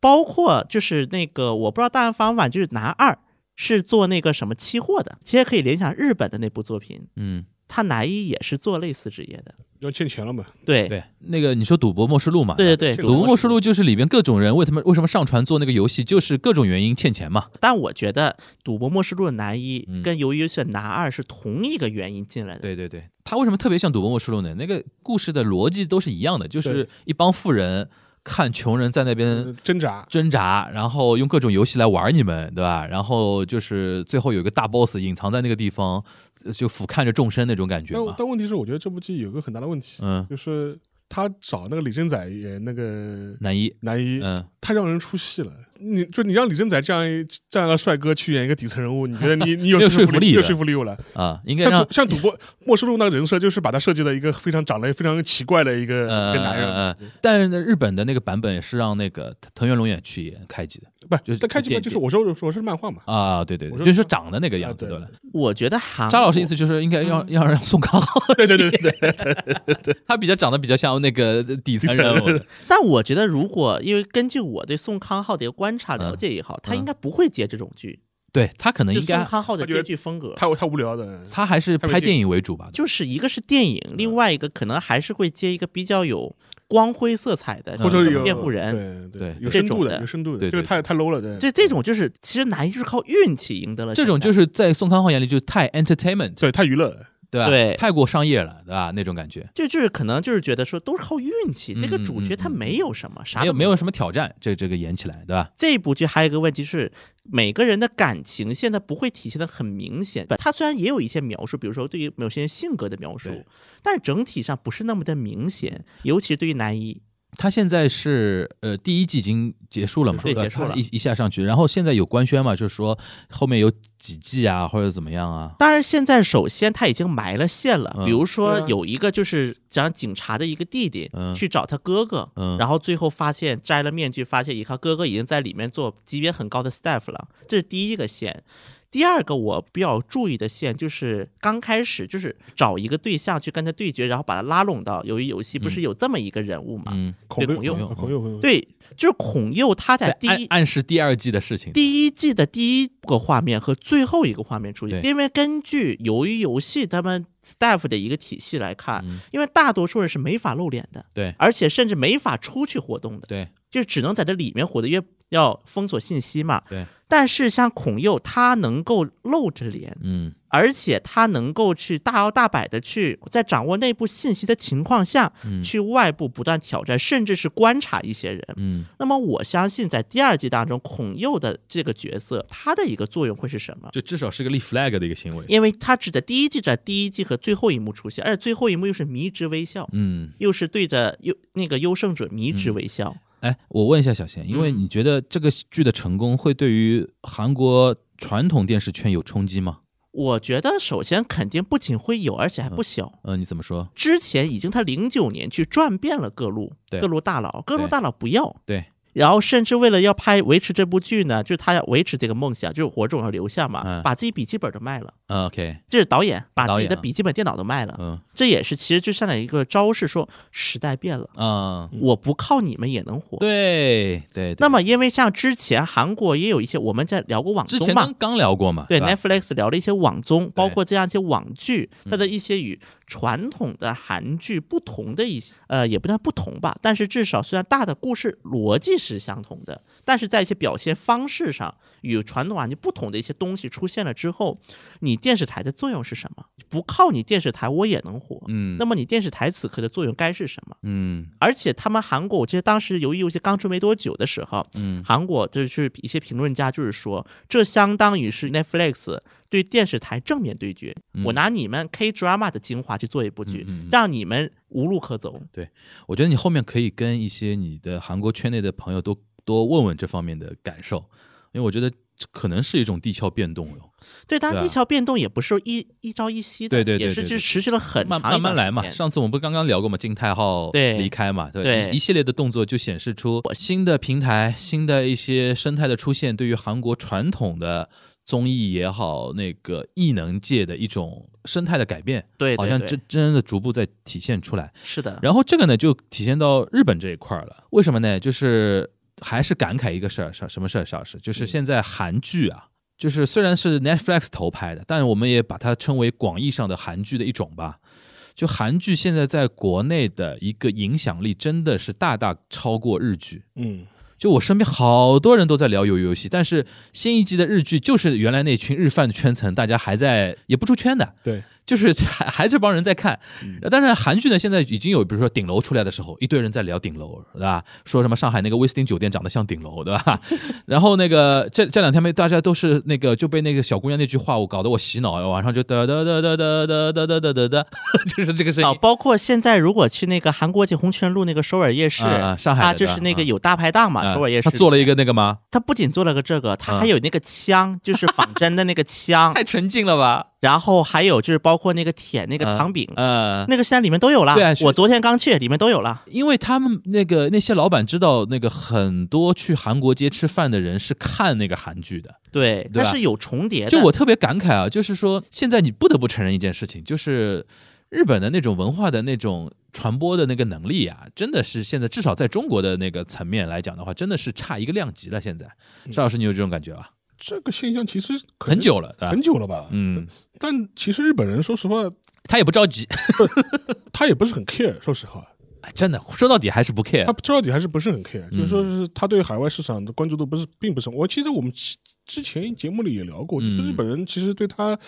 Speaker 2: 包括就是那个我不知道大案方晚就是男二是做那个什么期货的，其实可以联想日本的那部作品，
Speaker 3: 嗯，
Speaker 2: 他男一也是做类似职业的，
Speaker 4: 要欠钱了嘛？
Speaker 2: 对
Speaker 3: 对，那个你说《赌博默示录》嘛？
Speaker 2: 对对对
Speaker 4: 这个
Speaker 3: 赌博默示录》就是里边各种人为他们为什么上传做那个游戏，就是各种原因欠钱嘛。
Speaker 2: 但我觉得《赌博默示录》的男一
Speaker 3: 嗯
Speaker 2: 跟《鱿鱼游戏》的男二是同一个原因进来的。
Speaker 3: 对对对，他为什么特别像《赌博默示录》呢？那个故事的逻辑都是一样的，就是
Speaker 4: 对
Speaker 3: 一帮富人看穷人在那边
Speaker 4: 挣扎，
Speaker 3: 挣扎，然后用各种游戏来玩你们，对吧？然后就是最后有一个大 boss 隐藏在那个地方，呃就俯瞰着众生那种感觉
Speaker 4: 但
Speaker 3: 嘛。
Speaker 4: 但问题是，哎我觉得这部剧有个很大的问题，
Speaker 3: 嗯，
Speaker 4: 就是他找那个李正宰演那个
Speaker 3: 男一，
Speaker 4: 男一，
Speaker 3: 嗯，
Speaker 4: 太让人出戏了。你就你让李正宰这样一这样一个帅哥去演一个底层人物，你觉得你你有
Speaker 3: 没有说服
Speaker 4: 服
Speaker 3: 力
Speaker 4: 没有
Speaker 3: 的
Speaker 4: 说服力有了？
Speaker 3: 啊，应该
Speaker 4: 像
Speaker 3: 让
Speaker 4: 赌像赌博末世录那个人设，就是把他设计的一个非常长得非常奇怪的一个
Speaker 3: 呃
Speaker 4: 一个男人，
Speaker 3: 呃，呃但是呢日本的那个版本是让那个藤原龙也去演开机的
Speaker 4: 不
Speaker 3: 就是
Speaker 4: 但开局
Speaker 3: 一
Speaker 4: 嘛，
Speaker 3: 点
Speaker 4: 就是
Speaker 3: 点
Speaker 4: 我说我是漫画 嘛，
Speaker 3: 啊，对对对，
Speaker 4: 我说
Speaker 3: 就是长得那个样子，
Speaker 4: 啊
Speaker 3: 对
Speaker 4: 对嗯
Speaker 3: 吧？
Speaker 2: 我觉得韩
Speaker 3: 沙老师意
Speaker 2: 国
Speaker 3: 思就是应该让让让宋康昊，
Speaker 4: 对对对对对，
Speaker 3: 他比较长得比较像那个底层人物的，
Speaker 2: 但我觉得，如果因为根据我对宋康昊的一个观
Speaker 3: 嗯
Speaker 2: 察了解也好，他应该不会接这种剧，
Speaker 3: 对他可能
Speaker 2: 就
Speaker 3: 嗯应
Speaker 2: 宋
Speaker 3: 该
Speaker 2: 康昊的
Speaker 4: 他觉得
Speaker 2: 接剧风格。
Speaker 4: 太太无聊的，
Speaker 3: 他还是
Speaker 4: 太没
Speaker 3: 拍
Speaker 4: 劲
Speaker 3: 电影为主吧，
Speaker 2: 就是一个是电影，
Speaker 3: 嗯
Speaker 2: 另外一个可能还是会接一个比较有光辉色彩的，
Speaker 3: 嗯
Speaker 4: 或者
Speaker 2: 这种
Speaker 4: 有
Speaker 2: 辩护人。
Speaker 4: 对
Speaker 3: 对
Speaker 4: 有
Speaker 2: 这
Speaker 4: 深
Speaker 2: 种
Speaker 4: 度
Speaker 2: 的
Speaker 4: 的，有深度
Speaker 3: 对
Speaker 4: 的，这个
Speaker 3: 对
Speaker 4: 太太 low 了，对，
Speaker 2: 这这种就是，其实男一就是靠运气赢得了
Speaker 3: 这种
Speaker 2: 情
Speaker 3: 就
Speaker 2: 感
Speaker 3: 是在宋康昊眼里就是太 entertainment，
Speaker 4: 对太娱乐了，
Speaker 3: 对吧？
Speaker 2: 对
Speaker 3: 太过商业了，对吧？那种感觉，
Speaker 2: 就就是可能就是觉得说都是靠运气，这个
Speaker 3: 嗯
Speaker 2: 主角他没有什么啥
Speaker 3: 没有
Speaker 2: 都
Speaker 3: 没有什么挑战，这这个演起来，对吧？
Speaker 2: 这部剧还有一个问题是，每个人的感情现在不会体现的很明显。它虽然也有一些描述，比如说对于某些人性格的描述
Speaker 3: 对，
Speaker 2: 但整体上不是那么的明显，尤其是对于男一。
Speaker 3: 他现在是呃第一季已经结束了嘛？
Speaker 2: 对
Speaker 3: 吧
Speaker 2: 结束了
Speaker 3: 他一一下上去，然后现在有官宣嘛，就是说后面有几季啊，或者怎么样啊？
Speaker 2: 当然，现在首先他已经埋了线了
Speaker 3: 嗯，
Speaker 2: 比如说
Speaker 4: 对啊
Speaker 2: 有一个就是讲警察的一个弟弟
Speaker 3: 嗯
Speaker 2: 去找他哥哥，
Speaker 3: 嗯，
Speaker 2: 然后最后发现摘了面具，发现一看哥哥已经在里面做级别很高的 staff 了，这是第一个线。第二个我比较注意的线就是刚开始就是找一个对象去跟他对决，然后把他拉拢到。由于游戏不是有这么一个人物嘛？
Speaker 3: 嗯，
Speaker 4: 孔
Speaker 2: 对
Speaker 4: 佑，
Speaker 2: 孔佑
Speaker 4: 孔佑，孔佑，
Speaker 2: 对，就是孔佑他在
Speaker 3: 在
Speaker 2: 第
Speaker 3: 暗
Speaker 2: 一
Speaker 3: 暗示第二季的事情。
Speaker 2: 第一季的第一个画面和最后一个画面出现，
Speaker 3: 对
Speaker 2: 因为根据由于游戏他们 staff 的一个体系来看，
Speaker 3: 嗯
Speaker 2: 因为大多数人是没法露脸的，
Speaker 3: 对
Speaker 2: 而且甚至没法出去活动的，
Speaker 3: 对，
Speaker 2: 就只能在这里面活的，因为要封锁信息嘛。
Speaker 3: 对。
Speaker 2: 但是像孔佑，他能够露着脸，
Speaker 3: 嗯
Speaker 2: 而且他能够去大摇大摆的去在掌握内部信息的情况下，
Speaker 3: 嗯
Speaker 2: 去外部不断挑战，甚至是观察一些人。
Speaker 3: 嗯
Speaker 2: 那么我相信，在第二季当中，孔佑的这个角色，他的一个作用会是什么？
Speaker 3: 就至少是个立 flag 的一个行为。
Speaker 2: 因为他只在第一季在第一季和最后一幕出现，而且最后一幕又是迷之微笑，
Speaker 3: 嗯，
Speaker 2: 又是对着优那个优胜者迷之微笑。
Speaker 3: 哎，我问一下小贤，因为
Speaker 2: 嗯
Speaker 3: 你觉得这个剧的成功会对于韩国传统电视圈有冲击吗？
Speaker 2: 我觉得首先肯定不仅会有，而且还不小。
Speaker 3: 呃，你怎么说？
Speaker 2: 之前已经他零九年去转遍了各路
Speaker 3: 对
Speaker 2: 各路大佬，各路
Speaker 3: 对
Speaker 2: 大佬不要，
Speaker 3: 对，
Speaker 2: 然后甚至为了要拍维持这部剧呢，就是他要维持这个梦想，就是火种要留下嘛，
Speaker 3: 嗯
Speaker 2: 把自己笔记本都卖了。
Speaker 3: 呃，OK，
Speaker 2: 这是导演把
Speaker 3: 导
Speaker 2: 自
Speaker 3: 演
Speaker 2: 己的笔记本电脑都卖了，
Speaker 3: 嗯
Speaker 2: 这也是其实就上来一个招式说，时代变了，
Speaker 3: 啊，
Speaker 2: 我不靠你们也能活。
Speaker 3: 对对。对
Speaker 2: 那么，因为像之前韩国也有一些，我们在聊过网
Speaker 3: 之
Speaker 2: 综
Speaker 3: 前
Speaker 2: 嘛
Speaker 3: 刚，刚聊过嘛？
Speaker 2: 对
Speaker 3: 吧
Speaker 2: Netflix 聊了一些网综，包括这样一些网剧，它
Speaker 3: 嗯
Speaker 2: 的一些与传统的韩剧不同的一些，呃，也不算不同吧，但是至少虽然大的故事逻辑是相同的，但是在一些表现方式上与传统韩剧不同的一些东西出现了之后，你电视台的作用是什么？不靠你电视台我也能火，
Speaker 3: 嗯
Speaker 2: 那么你电视台此刻的作用该是什么？
Speaker 3: 嗯
Speaker 2: 而且他们韩国，我记得当时由于游戏刚出没多久的时候，
Speaker 3: 嗯
Speaker 2: 韩国就是一些评论家就是说，这相当于是 Netflix 对电视台正面对决，
Speaker 3: 嗯
Speaker 2: 我拿你们 K drama 的精华去做一部剧，
Speaker 3: 嗯嗯嗯
Speaker 2: 让你们无路可走。
Speaker 3: 我觉得你后面可以跟一些你的韩国圈内的朋友多多问问这方面的感受，因为我觉得这可能是一种地壳变动哟，
Speaker 2: 对，当
Speaker 3: 对
Speaker 2: 然
Speaker 3: 啊
Speaker 2: 地壳变动也不是一一朝一夕的，
Speaker 3: 对对对
Speaker 2: 也
Speaker 3: 对
Speaker 2: 是
Speaker 3: 对
Speaker 2: 就持续了很长
Speaker 3: 慢
Speaker 2: 一段
Speaker 3: 慢慢来嘛。
Speaker 2: 时间
Speaker 3: 上次我们不是刚刚聊过嘛，金泰浩
Speaker 2: 对
Speaker 3: 离开嘛，对
Speaker 2: 对
Speaker 3: 一一系列的动作就显示出新的平台、新的一些生态的出现，对于韩国传统的综艺也好，那个艺能界的一种生态的改变，
Speaker 2: 对对
Speaker 3: 好像
Speaker 2: 对
Speaker 3: 真真的逐步在体现出来。
Speaker 2: 是的，哦
Speaker 3: 然后这个呢，就体现到日本这一块儿了。为什么呢？就是还是感慨一个事儿，什什么事儿？邵老师，就是现在韩剧啊，就是虽然是 Netflix 投拍的，但我们也把它称为广义上的韩剧的一种吧。就韩剧现在在国内的一个影响力，真的是大大超过日剧。
Speaker 4: 嗯，
Speaker 3: 就我身边好多人都在聊鱿鱼游戏，但是新一季的日剧就是原来那群日饭圈层，大家还在也不出圈的，
Speaker 4: 对，
Speaker 3: 就是 还还这帮人在看，当然韩剧呢，现在已经有，比如说顶楼出来的时候，一堆人在聊顶楼，对吧？说什么上海那个威斯汀酒店长得像顶楼，对吧？ 然后那个这这两天没，大家都是那个就被那个小姑娘那句话我搞得我洗脑，晚上就哒哒哒哒哒哒哒哒哒哒 哒，就是这个声
Speaker 2: 啊，
Speaker 3: 音。
Speaker 2: 包括现在如果去那个韩国街红泉路那个首尔夜市，
Speaker 3: 啊啊上海
Speaker 2: 啊，
Speaker 3: 的
Speaker 2: 就是那
Speaker 3: 啊
Speaker 2: 个有大排档嘛，
Speaker 3: 啊
Speaker 2: 首尔夜市
Speaker 3: 他做了一
Speaker 2: 个，
Speaker 3: 个那个吗？
Speaker 2: 他不仅做了个这个，
Speaker 3: 啊
Speaker 2: 他还有那个枪，就是仿真的那个 枪，
Speaker 3: 太沉浸了吧？
Speaker 2: 然后还有就是包括那个舔那个
Speaker 3: 啊
Speaker 2: 糖饼，
Speaker 3: 嗯，
Speaker 2: 那个现在里面都有了。
Speaker 3: 对啊是
Speaker 2: 我昨天刚去，里面都有了。
Speaker 3: 因为他们那个那些老板知道，那个很多去韩国街吃饭的人是看那个韩剧的，
Speaker 2: 对，
Speaker 3: 对吧
Speaker 2: 它是有重
Speaker 4: 哎
Speaker 2: 叠的。
Speaker 3: 就我特别感慨啊，就是说现在你不得不承认一件事情，就是日本的那种文化的那种传播的那个能力啊，真的是现在至少在中国的那个层面来讲的话，真的是差一个量级了。现在，邵老师，你有这种感觉吧？
Speaker 4: 这个现象其实嗯可能
Speaker 3: 很久了，对吧
Speaker 4: 很？久了吧？
Speaker 3: 嗯，
Speaker 4: 但其实日本人说实话，
Speaker 3: 他也不着急，
Speaker 4: 他也不是很 care，说实话，
Speaker 3: 哎真的说到底还是不 care
Speaker 4: 他。说到底还是不是很 care，、
Speaker 3: 嗯
Speaker 4: 就是说是他对海外市场的关注度不是，并不是很。我其实我们之之前节目里也聊过，
Speaker 3: 嗯
Speaker 4: 就是日本人其实对他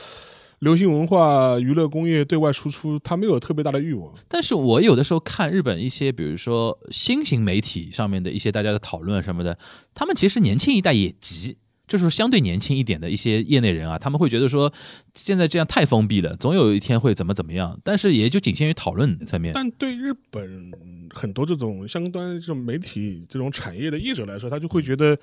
Speaker 4: 流行文化、娱乐工业对外输出，他没有特别大的欲望。
Speaker 3: 但是我有的时候看日本一些，比如说新型媒体上面的一些大家的讨论什么的，他们其实年轻一代也急，就是相对年轻一点的一些业内人啊，他们会觉得说现在这样太封闭了，总有一天会怎么怎么样，但是也就仅限于讨论层面。
Speaker 4: 但对日本很多这种相关这种媒体这种产业的业者来说，他就会觉得。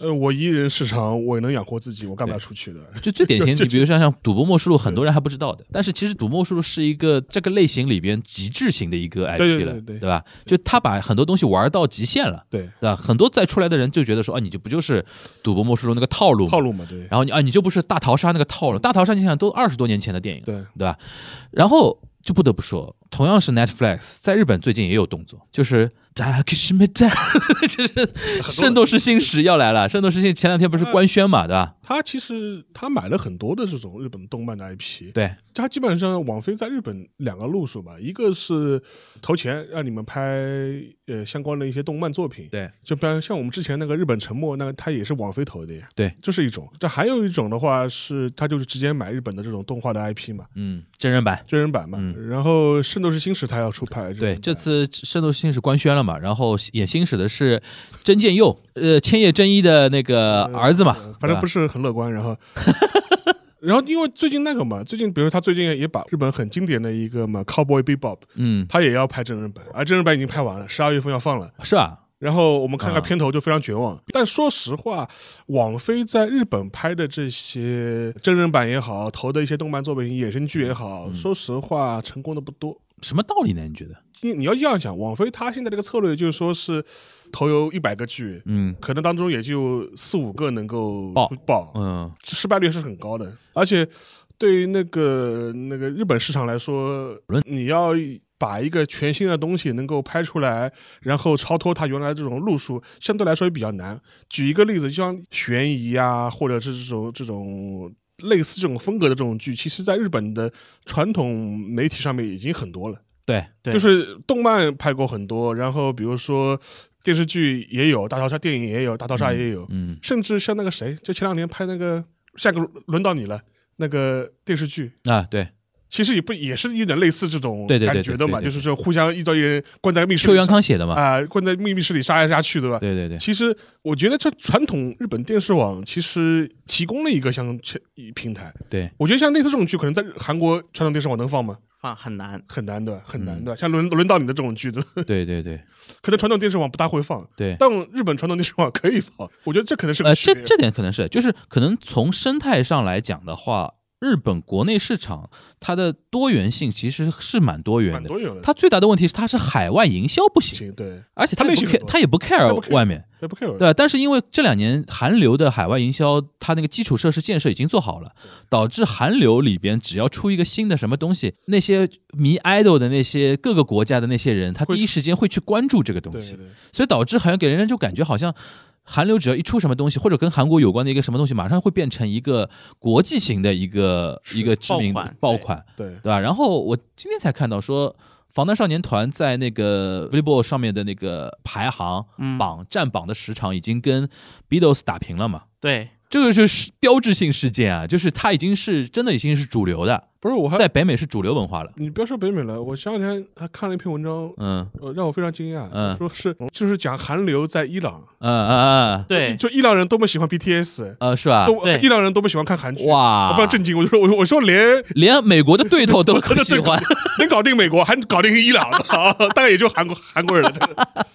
Speaker 4: 呃，我一人市场，我也能养活自己，我干不了出去的。
Speaker 3: 就最典型，你比如说像《赌博默示录》，很多人还不知道的。但是其实《赌博默示录》是一个这个类型里边极致型的一个 IP 了，
Speaker 4: 对对对对
Speaker 3: 吧？就他把很多东西玩到极限了，
Speaker 4: 对，
Speaker 3: 对吧？很多再出来的人就觉得说，啊，你就不就是《赌博默示录》那个套路吗
Speaker 4: 套路嘛，对，
Speaker 3: 然后你啊，你就不是大逃杀那个套路，大逃杀你想想都二十多年前的电影了，
Speaker 4: 对，
Speaker 3: 对吧？然后就不得不说，同样是 Netflix，在日本最近也有动作，就是。扎克西梅战， 就是《圣斗士星矢》要来了，《圣斗士星矢》前两天不是官宣嘛，对吧？
Speaker 4: 他其实他买了很多的这种日本动漫的 IP，
Speaker 3: 对，
Speaker 4: 他基本上网飞在日本两个路数吧，一个是投钱让你们拍呃相关的一些动漫作品，
Speaker 3: 对，
Speaker 4: 就比方像我们之前那个日本沉没，那个他也是网飞投的呀，
Speaker 3: 对，
Speaker 4: 这是一种。这还有一种的话是，他就是直接买日本的这种动画的 IP 嘛，
Speaker 3: 嗯，真人版。
Speaker 4: 真人版嘛，
Speaker 3: 嗯
Speaker 4: 然后《圣斗士星矢》他要出拍，
Speaker 3: 对，这次《圣斗士星矢》官宣了嘛，然后演星矢的是真剑佑，呃，千叶真一的那个儿子嘛，
Speaker 4: 呃反正不
Speaker 3: 是
Speaker 4: 是很乐观。然后，然后因为最近那个嘛，最近比如他最近也把日本很经典的一个嘛《Cowboy Bebop》，
Speaker 3: 嗯，
Speaker 4: 他也要拍真人版，而真人版已经拍完了，十二月份要放了。
Speaker 3: 是吧？
Speaker 4: 然后我们看看
Speaker 3: 啊
Speaker 4: 片头就非常绝望。但说实话，网飞在日本拍的这些真人版也好，投的一些动漫作品、衍生剧也好，
Speaker 3: 嗯
Speaker 4: 说实话成功的不多。
Speaker 3: 什么道理呢？你觉得？
Speaker 4: 你你要这样讲，网飞它现在这个策略就是说是投有一百个剧，
Speaker 3: 嗯
Speaker 4: 可能当中也就四五个能够
Speaker 3: 爆
Speaker 4: 出爆，
Speaker 3: 嗯，
Speaker 4: 失败率是很高的，而且对于那个那个日本市场来说，你要把一个全新的东西能够拍出来，然后超脱它原来这种路数，相对来说也比较难。举一个例子，就像悬疑啊，或者是这种这种。类似这种风格的这种剧，其实在日本的传统媒体上面已经很多了。
Speaker 3: 对，
Speaker 2: 对
Speaker 4: 就是动漫拍过很多，然后比如说电视剧也有，大逃杀电影也有，大逃杀也有，
Speaker 3: 嗯，
Speaker 4: 甚至像那个谁，就前两年拍那个《下个轮到你了》那个电视剧，
Speaker 3: 啊，对，
Speaker 4: 其实也不也是有点类似这种
Speaker 3: 对对对
Speaker 4: 感觉的嘛，
Speaker 3: 对对对
Speaker 4: 就是说互相一刀一人关在密室
Speaker 3: 邱
Speaker 4: 里
Speaker 3: 元康写的嘛，
Speaker 4: 啊、关在秘密室里杀来杀去，对吧？
Speaker 3: 对对对，
Speaker 4: 其实我觉得这传统日本电视网其实提供了一个像这一平台，
Speaker 3: 对
Speaker 4: 我觉得像类似这种剧，可能在韩国传统电视网能放吗？
Speaker 2: 放很难。
Speaker 4: 很难的，很难
Speaker 3: 嗯
Speaker 4: 的。像轮轮到你的这种剧的，
Speaker 3: 对对对
Speaker 4: 可能传统电视网不大会放，
Speaker 3: 对。
Speaker 4: 但日本传统电视网可以放。我觉得这可能是个
Speaker 3: 呃，
Speaker 4: 区
Speaker 3: 这
Speaker 4: 别
Speaker 3: 这点可能是，就是可能从生态上来讲的话，日本国内市场它的多元性其实是蛮多元
Speaker 4: 蛮
Speaker 3: 的。
Speaker 4: 多元的。
Speaker 3: 它最大的问题是它是海外营销不行，
Speaker 4: 行，对，
Speaker 3: 而且
Speaker 4: 它
Speaker 3: 它也
Speaker 4: 类
Speaker 3: 不
Speaker 4: 型很
Speaker 3: care，
Speaker 4: 多
Speaker 3: 它也不
Speaker 4: 它不
Speaker 3: care
Speaker 4: care
Speaker 3: 外面。
Speaker 4: 那不 care 了。
Speaker 3: 对，但是因为这两年韩流的海外营销，它那个基础设施建设已经做好了，导致韩流里边只要出一个新的什么东西，那些迷 idol 的那些各个国家的那些人，他
Speaker 4: 会
Speaker 3: 第一时间会去关注这个东
Speaker 4: 对
Speaker 3: 西，
Speaker 4: 对
Speaker 3: 所以导致好像给人就感觉好像。韩流只要一出什么东西，或者跟韩国有关的一个什么东西，马上会变成一个国际型的一个一个知名
Speaker 2: 爆
Speaker 3: 的
Speaker 2: 款
Speaker 3: 爆
Speaker 2: 对
Speaker 3: 款，
Speaker 4: 对，
Speaker 3: 对吧？然后我今天才看到说，防弹少年团在那个 Billboard 上面的那个排行
Speaker 2: 嗯
Speaker 3: 榜占榜的时长已经跟 Beatles 打平了嘛。
Speaker 2: 对，
Speaker 3: 这个就是标志性事件啊，就是它已经是真的已经是主流的，
Speaker 4: 不是我还
Speaker 3: 在北美是主流文化了。
Speaker 4: 你不要说北美了，我前两天还看了一篇文章，
Speaker 3: 嗯
Speaker 4: 呃，让我非常惊讶，
Speaker 3: 嗯
Speaker 4: 说是就是讲韩流在伊朗，
Speaker 3: 嗯嗯嗯，
Speaker 2: 对，
Speaker 4: 就伊朗人多么喜欢 BTS，
Speaker 3: 呃，是吧？
Speaker 4: 都
Speaker 2: 对
Speaker 4: 伊朗人多么喜欢看韩剧，
Speaker 3: 哇
Speaker 4: 我非常震惊，我就说我我说连
Speaker 3: 连美国的对头都很喜欢，
Speaker 4: 能搞定美国，还搞定伊朗，啊 大概也就韩国韩国人了。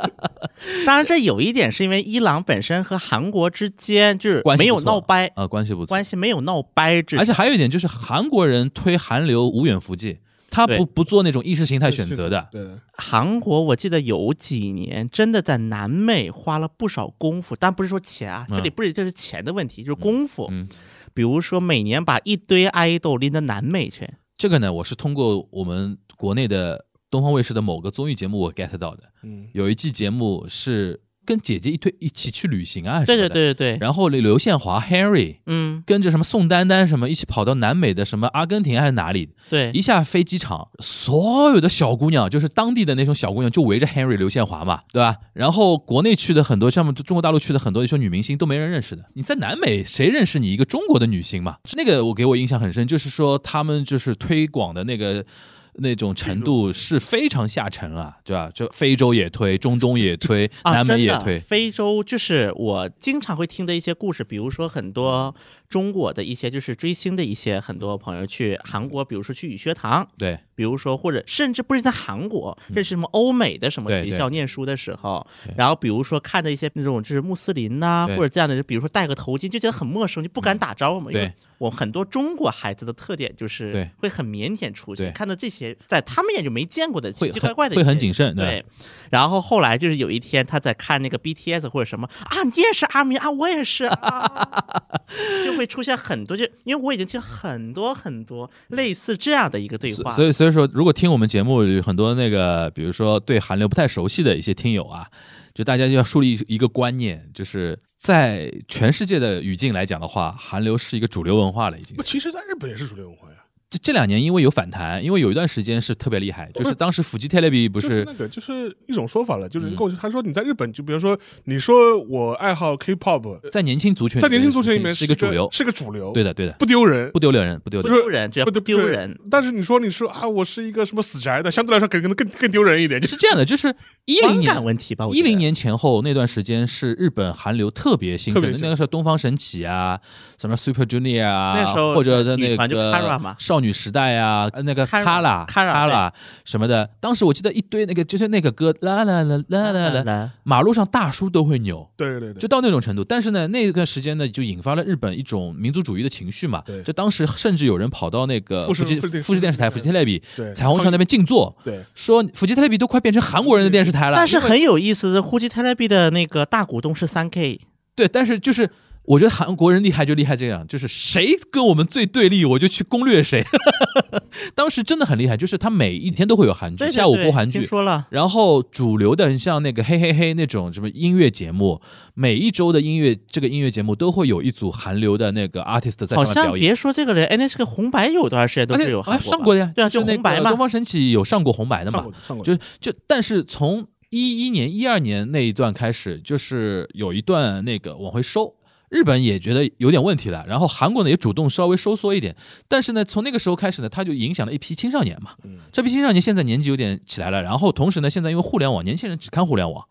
Speaker 2: 当然这有一点是因为伊朗本身和韩国之间就是
Speaker 3: 关系
Speaker 2: 没
Speaker 3: 不
Speaker 2: 有
Speaker 3: 错
Speaker 2: 闹掰，
Speaker 3: 啊，关系不错
Speaker 2: 关。系没有闹掰，这
Speaker 3: 而且还有一点就是，韩国人推韩流无远弗届，他不
Speaker 2: 对
Speaker 3: 不做那种意识形态选择的。
Speaker 4: 对，
Speaker 2: 韩国，我记得有几年真的在南美花了不少功夫，但不是说钱啊，
Speaker 3: 嗯
Speaker 2: 这里不是就是钱的问题，就是功夫。
Speaker 3: 嗯
Speaker 2: 比如说每年把一堆爱豆拎到南美去，
Speaker 3: 这个呢，我是通过我们国内的东方卫视的某个综艺节目我 get 到的。
Speaker 4: 嗯，
Speaker 3: 有一季节目是跟姐姐一推一起去旅行啊，
Speaker 2: 对对。对对对，
Speaker 3: 然后刘宪华 Henry
Speaker 2: 嗯，
Speaker 3: 跟着什么宋丹丹什么一起跑到南美的什么阿根廷还是哪里，
Speaker 2: 对
Speaker 3: 一下飞机场，所有的小姑娘就是当地的那种小姑娘就围着 Henry 刘宪华嘛，对吧？然后国内去的很多，像我们中国大陆去的很多一些女明星都没人认识的。你在南美谁认识你一个中国的女星嘛？那个我给我印象很深，就是说他们就是推广的那个。那种程度是非常下沉了，对吧？就非洲也推，中东也推，
Speaker 2: 啊，
Speaker 3: 南美
Speaker 2: 真
Speaker 3: 也
Speaker 2: 的
Speaker 3: 推，
Speaker 2: 非洲就是我经常会听的一些故事，比如说很多中国的一些就是追星的一些很多朋友去韩国，比如说去语学堂，
Speaker 3: 对，
Speaker 2: 比如说，或者甚至不是在韩国，认识什么欧美的什么
Speaker 3: 对
Speaker 2: 学
Speaker 3: 嗯对
Speaker 2: 校念书的时候
Speaker 3: 对，
Speaker 2: 然后比如说看的一些那种就是穆斯林呐、
Speaker 3: 对
Speaker 2: 或者这样的人，比如说戴个头巾，就觉得很陌生，就不敢打招呼嘛。因为
Speaker 3: 对
Speaker 2: 我们很多中国孩子的特点就
Speaker 3: 对
Speaker 2: 是会很腼腆出去
Speaker 3: 对，
Speaker 2: 看到这些在他们眼里没见过的
Speaker 3: 会
Speaker 2: 奇奇怪
Speaker 3: 很
Speaker 2: 怪的一些
Speaker 3: 会
Speaker 2: 人，
Speaker 3: 很谨慎对
Speaker 2: 对。然后后来就是有一天他在看那个 BTS 或者什么啊，你也是阿明啊，我也是啊， 就会出现很多，就因为我已经听很多很多类似这样的一个对
Speaker 3: 所
Speaker 2: 话，
Speaker 3: 所以所以说，如果听我们节目有很多那个，比如说对韩流不太熟悉的一些听友啊，就大家就要树立一个观念，就是在全世界的语境来讲的话，韩流是一个主流文化了，已经
Speaker 4: 不，。其实在日本也是主流文化呀，
Speaker 3: 这这两年因为有反弹，因为有一段时间是特别厉害，就是当时腹肌 Telebi 不嗯
Speaker 4: 就是那个就是一种说法了，就是够。他说你在日本，就比如说你说我爱好 K-pop，
Speaker 3: 在年轻族群里面，
Speaker 4: 在年轻族群里面
Speaker 3: 嗯是
Speaker 4: 是
Speaker 3: 一个主流，
Speaker 4: 是个主流，
Speaker 3: 对的对的，
Speaker 4: 不丢人，
Speaker 3: 不丢人不丢
Speaker 2: 不
Speaker 3: 人。
Speaker 2: 丢人，主要
Speaker 4: 不
Speaker 2: 不
Speaker 4: 对不
Speaker 2: 丢
Speaker 4: 对
Speaker 2: 人。
Speaker 4: 但是你说你说啊，我是一个什么死宅的，相对来说可能更更丢人一点，就是
Speaker 3: 是这样的，就是一零
Speaker 2: 观
Speaker 3: 年
Speaker 2: 感问题啊吧，我觉
Speaker 3: 一
Speaker 2: 得
Speaker 3: 零年前后那段时间是日本韩流特别兴盛的
Speaker 4: 特别，兴
Speaker 3: 那个时候东方神起啊，什么 Super Junior 啊，
Speaker 2: 那时候
Speaker 3: 或者那
Speaker 2: 女团就
Speaker 3: 个
Speaker 2: Kara 嘛
Speaker 3: 少女时代啊，呃那个
Speaker 2: Kara-
Speaker 3: Kara
Speaker 2: Kara，
Speaker 3: 什么的，当时我记得一堆那个就是那个歌啦啦啦啦啦啦啦，
Speaker 2: 来
Speaker 3: 马路上大叔都会扭。
Speaker 4: 对对对，
Speaker 3: 就到那种程度。但是呢，那段时间呢，就引发了日本一种民族主义的情绪嘛
Speaker 4: 对。
Speaker 3: 就当时甚至有人跑到那个
Speaker 4: 富
Speaker 3: 富
Speaker 4: 士
Speaker 3: 士
Speaker 4: 富士
Speaker 3: 富士电视台、富士 Telebi、
Speaker 4: 对
Speaker 3: 彩虹桥那边静坐，
Speaker 4: 对
Speaker 3: 说富士 Telebi 都快变成韩国人的电视台了。
Speaker 2: 但是
Speaker 3: 因为
Speaker 2: 很有意思的，呼机 Telebi 的那个大股东是三 K，
Speaker 3: 对，但是就是。我觉得韩国人厉害就厉害这样，就是谁跟我们最对立，我就去攻略谁。 当时真的很厉害，就是他每一天都会有韩剧，
Speaker 2: 对对
Speaker 3: 下午
Speaker 2: 对
Speaker 3: 播韩剧
Speaker 2: 听，说了，
Speaker 3: 然后主流的像那个嘿嘿嘿那种什么音乐节目，每一周的音乐这个音乐节目都会有一组韩流的那个 artist 在
Speaker 2: 好
Speaker 3: 上面
Speaker 2: 像
Speaker 3: 表演。
Speaker 2: 别说这个了，NHK 红白有段时间都
Speaker 3: 而
Speaker 2: 是
Speaker 3: 且
Speaker 2: 有
Speaker 3: 啊
Speaker 2: 韩
Speaker 3: 上
Speaker 2: 吧
Speaker 3: 过的呀，
Speaker 2: 对啊，
Speaker 3: 就是
Speaker 2: 就
Speaker 3: 那
Speaker 2: 红白
Speaker 3: 个
Speaker 2: 嘛
Speaker 3: 东，方神起有上过红白的
Speaker 4: 上
Speaker 3: 嘛
Speaker 4: 过，上过，啊
Speaker 3: 就就但是从一一年一二年那一段开始，就是有一段那个往回收。日本也觉得有点问题了，然后韩国呢也主动稍微收缩一点，但是呢，从那个时候开始呢，它就影响了一批青少年嘛。
Speaker 4: 嗯
Speaker 3: 这批青少年现在年纪有点起来了，然后同时呢，现在因为互联网，年轻人只看互联网，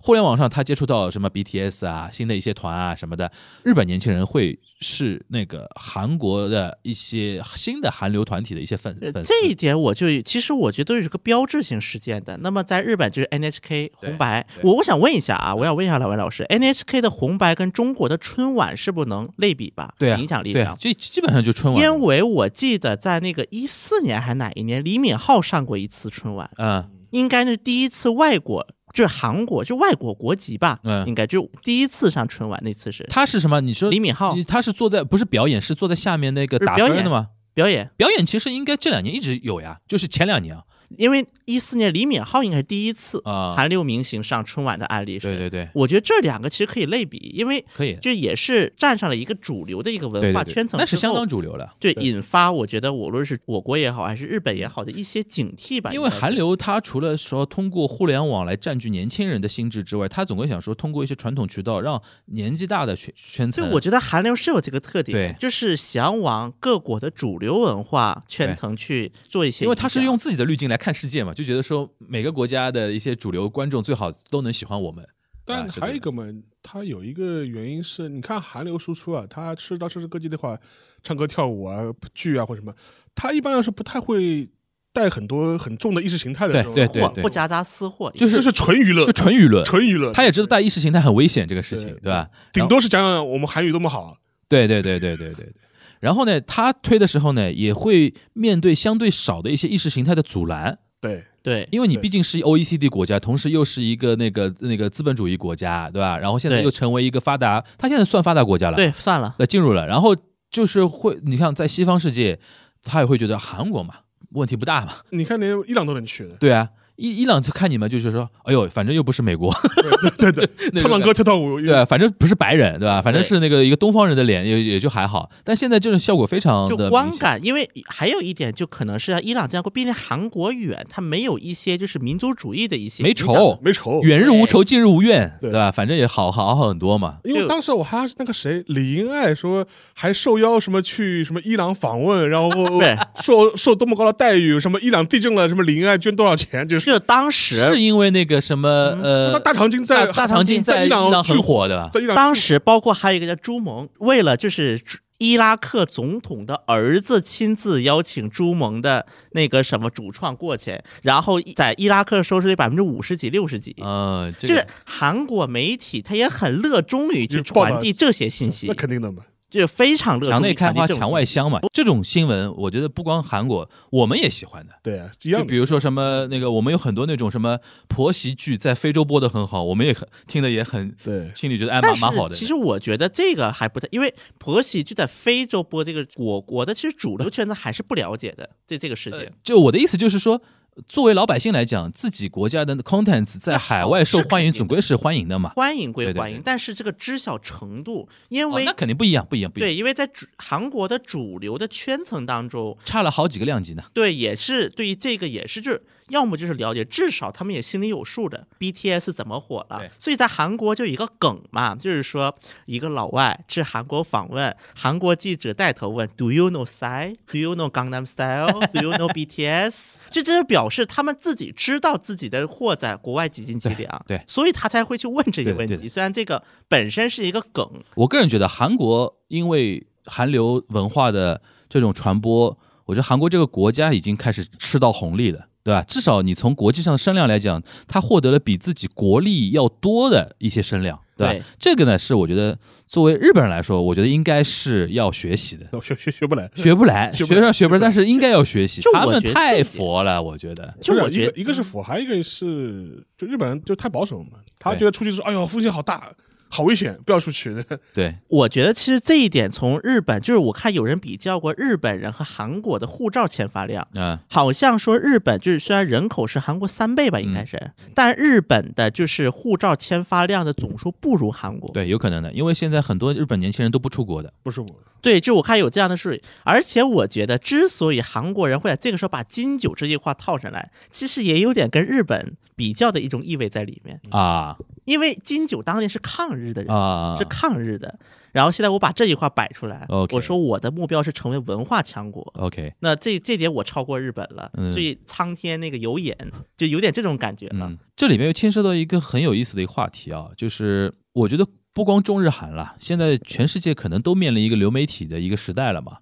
Speaker 3: 互联网上他接触到什么 BTS 啊、新的一些团啊什么的，日本年轻人会是那个韩国的一些新的韩流团体的一些粉
Speaker 2: 呃
Speaker 3: 粉丝。
Speaker 2: 这一点我就其实我觉得都是个标志性事件的。那么在日本就是 NHK
Speaker 3: 对
Speaker 2: 红白，
Speaker 3: 对嗯
Speaker 2: 我我想问一下啊，我想问一下两位老师，NHK 的红白跟中国的春晚是不能类比吧？
Speaker 3: 对啊，
Speaker 2: 影响力
Speaker 3: 对
Speaker 2: 上
Speaker 3: 啊，。就基本上就春晚了。
Speaker 2: 因为我记得在那个一四年还哪一年，李敏镐上过一次春晚，
Speaker 3: 嗯，
Speaker 2: 应该是第一次外国，就是韩国，就外国国籍吧，
Speaker 3: 嗯呃
Speaker 2: 应该就第一次上春晚那次是
Speaker 3: 他是什么？你说
Speaker 2: 李敏镐
Speaker 3: 你他是坐在不是表演，是坐在下面那个
Speaker 2: 不是
Speaker 3: 打
Speaker 2: 表
Speaker 3: 分的
Speaker 2: 演
Speaker 3: 吗？
Speaker 2: 表演，
Speaker 3: 表演其实应该这两年一直有呀，就是前两年啊。
Speaker 2: 因为一四年李敏镐应该是第一次
Speaker 3: 啊
Speaker 2: 韩流明星上春晚的案例是，
Speaker 3: 对对对，
Speaker 2: 我觉得这两个其实可以类比，因为
Speaker 3: 可以，
Speaker 2: 就也是站上了一个主流的一个
Speaker 3: 对
Speaker 2: 文化
Speaker 3: 对对
Speaker 2: 圈，层
Speaker 3: 那是
Speaker 2: 之
Speaker 3: 相
Speaker 2: 后
Speaker 3: 当主流了。
Speaker 2: 对
Speaker 4: 对
Speaker 2: 引发，我觉得无论是我国也好，还是日本也好的一些警惕吧，
Speaker 3: 因
Speaker 2: 应
Speaker 3: 为
Speaker 2: 该是
Speaker 3: 韩嗯流它除了说通过互联网来占据年轻人的心智之外，它总归想说通过一些传统渠道让年纪大的圈圈
Speaker 2: 所
Speaker 3: 层，
Speaker 2: 以我觉得韩流是有这个特点，
Speaker 3: 对
Speaker 2: 就是想往各国的主流文化圈层去做一些影响，
Speaker 3: 因为它是用自己的滤镜来看世界嘛，就觉得说每个国家的一些主流观众最好都能喜欢我们。
Speaker 4: 但
Speaker 3: 啊是
Speaker 4: 还有一
Speaker 3: 的
Speaker 4: 个嘛，它有一个原因是，你看韩流输出啊，它吃到世界各地的话，唱歌跳舞啊、剧啊或者什么，它一般来说不太会带很多很重的意识形态的
Speaker 3: 对
Speaker 4: 这种
Speaker 3: 对
Speaker 2: 货
Speaker 3: 对对
Speaker 2: 不夹杂私货，
Speaker 3: 就是
Speaker 4: 就是纯娱乐
Speaker 3: 就，纯娱乐，
Speaker 4: 纯娱乐。
Speaker 3: 他也知道带意识形态很危险这个事情，
Speaker 4: 对
Speaker 3: 对吧？
Speaker 4: 顶
Speaker 3: 然后
Speaker 4: 多是讲讲我们韩语多么好，
Speaker 3: 对对对对对对对。然后呢，他推的时候呢，也会面对相对少的一些意识形态的阻拦，
Speaker 4: 对，
Speaker 2: 对。
Speaker 3: 因为你
Speaker 4: 对
Speaker 3: 毕竟是 OECD 国家，同时又是一个那个那个资本主义国家，对吧？然后现在
Speaker 2: 对
Speaker 3: 又成为一个发达，他现在算发达国家了，
Speaker 2: 对，算了，
Speaker 3: 呃，进入了。然后就是会，你看在西方世界，他也会觉得韩国嘛，问题不大嘛，
Speaker 4: 你看连伊朗都能去 的，
Speaker 3: 对啊。伊伊朗就看你们就是说，哎呦，反正又不是美国，
Speaker 4: 对对
Speaker 3: 那
Speaker 4: 对，
Speaker 3: 种
Speaker 4: 唱唱歌跳跳舞，
Speaker 3: 对，啊反正不是白人，对吧？反正
Speaker 2: 对
Speaker 3: 是那个一个东方人的脸，也也就还好。但现在这种效果非常
Speaker 2: 就
Speaker 3: 的
Speaker 2: 观
Speaker 3: 明显
Speaker 2: 感，因为还有一点，就可能是像伊朗这样国，毕竟韩国远，它没有一些就是民族主义的一些
Speaker 3: 没
Speaker 2: 影响
Speaker 3: 仇，
Speaker 4: 没仇。
Speaker 3: 远日无仇，近日无怨，
Speaker 4: 对
Speaker 3: 对吧？反正也好好好很多嘛。
Speaker 4: 因为当时我还那个谁李英爱说还受邀什么去什么伊朗访问，然后
Speaker 2: 对
Speaker 4: 受受多么高的待遇，什么伊朗地震了，什么李英爱捐多少钱，就是
Speaker 2: 就当时
Speaker 3: 是因为那个什么
Speaker 4: 那
Speaker 3: 呃，
Speaker 4: 大长今在
Speaker 2: 大
Speaker 3: 长今
Speaker 4: 在
Speaker 3: 在伊
Speaker 4: 伊朗
Speaker 3: 朗
Speaker 4: 去
Speaker 3: 很火，对吧？
Speaker 4: 在伊朗
Speaker 2: 当时包括还有一个叫朱蒙，为了就是伊拉克总统的儿子亲自邀请朱蒙的那个什么主创过去，然后在伊拉克收视率百分之五十几、六十几。
Speaker 3: 嗯，这
Speaker 2: 就
Speaker 3: 个
Speaker 2: 是韩国媒体，他也很热衷于去
Speaker 4: 就报道
Speaker 2: 传递这些信息
Speaker 4: 那，肯定的嘛。
Speaker 2: 就是非常热衷于
Speaker 3: 墙内开
Speaker 2: 传递
Speaker 3: 花
Speaker 2: 这种
Speaker 3: 墙
Speaker 2: 信
Speaker 3: 外
Speaker 2: 息
Speaker 3: 香嘛，这种新闻我觉得不光韩国，我们也喜欢的。
Speaker 4: 对啊，一
Speaker 3: 就
Speaker 4: 样
Speaker 3: 比
Speaker 4: 的。
Speaker 3: 如说什么那个，我们有很多那种什么婆媳剧在非洲播的很好，我们也很听的也很，
Speaker 4: 对
Speaker 3: 心里觉得哎
Speaker 2: 但
Speaker 3: 蛮
Speaker 2: 是
Speaker 3: 蛮好的。
Speaker 2: 其实我觉得这个还不太，因为婆媳就在非洲播这个我国的，其实主流圈子还是不了解的对这个事情。
Speaker 3: 呃就我的意思就是说，作为老百姓来讲，自己国家的 contents 在海外受欢迎，
Speaker 2: 是肯定的
Speaker 3: 总归是欢迎的嘛。
Speaker 2: 欢迎归
Speaker 3: 对
Speaker 2: 欢
Speaker 3: 对
Speaker 2: 迎，
Speaker 3: 对
Speaker 2: 但是这个知晓程度，因
Speaker 3: 哦
Speaker 2: 为、
Speaker 3: 那肯定不一样，不一样，不一样，
Speaker 2: 对，因为在主韩国的主流的圈层当中，
Speaker 3: 差了好几个量级呢。
Speaker 2: 对，也是对于这个也是，就是要么就是了解，至少他们也心里有数的 BTS 怎么火了
Speaker 3: 对。
Speaker 2: 所以在韩国就有一个梗嘛，就是说一个老外去韩国访问，韩国记者带头问 Do you know Psy? Do you know Gangnam Style? Do you know BTS? 就这是表示他们自己知道自己的货在国外几斤几两，
Speaker 3: 对对
Speaker 2: 所以他才会去问这
Speaker 3: 对
Speaker 2: 些
Speaker 3: 的
Speaker 2: 问
Speaker 3: 对
Speaker 2: 题。虽然这个本身是一个梗，
Speaker 3: 我个人觉得，韩国因为韩流文化的这种传播，我觉得韩国这个国家已经开始吃到红利了，对吧？至少你从国际上的声量来讲，它获得了比自己国力要多的一些声量，对吧？
Speaker 2: 对
Speaker 3: 这个呢，是我觉得作为日本人来说，我觉得应该是要学习的。
Speaker 4: 那我学学学不来。
Speaker 3: 学不 来，
Speaker 4: 学不
Speaker 3: 学
Speaker 4: 来
Speaker 3: 上学不来，但是应该要学习
Speaker 2: 就。
Speaker 3: 他
Speaker 2: 我
Speaker 3: 们
Speaker 2: 觉得
Speaker 3: 太
Speaker 2: 这
Speaker 3: 佛了，我觉得。
Speaker 2: 就
Speaker 4: 不是啊
Speaker 2: 我
Speaker 4: 一
Speaker 2: 觉
Speaker 4: 个
Speaker 2: 得
Speaker 4: 一个是佛，还有一个是就日本人就太保守嘛，他觉得出去说，哎呦风险好大，好危险，不要出去。
Speaker 3: 对，
Speaker 2: 我觉得其实这一点从日本，就是我看有人比较过日本人和韩国的护照签发量，
Speaker 3: 嗯，
Speaker 2: 好像说日本就是虽然人口是韩国三倍吧，应该是，嗯但日本的就是护照签发量的总数不如韩国。
Speaker 3: 对，有可能的，因为现在很多日本年轻人都不出国的。
Speaker 4: 不是我，
Speaker 2: 对，就我看有这样的数据，而且我觉得之所以韩国人会在这个时候把金九这句话套上来，其实也有点跟日本比较的一种意味在里面，
Speaker 3: 啊
Speaker 2: 因为金九当年是抗日的人。
Speaker 3: 啊，
Speaker 2: 是抗日的，然后现在我把这句话摆出来
Speaker 3: OK
Speaker 2: 我说我的目标是成为文化强国，
Speaker 3: OK，
Speaker 2: 那这这点我超过日本了，
Speaker 3: 嗯
Speaker 2: 所以苍天那个有眼，就有点这种感觉了。
Speaker 3: 嗯，这里面又牵涉到一个很有意思的一个话题啊，就是我觉得不光中日韩了，现在全世界可能都面临一个流媒体的一个时代了嘛。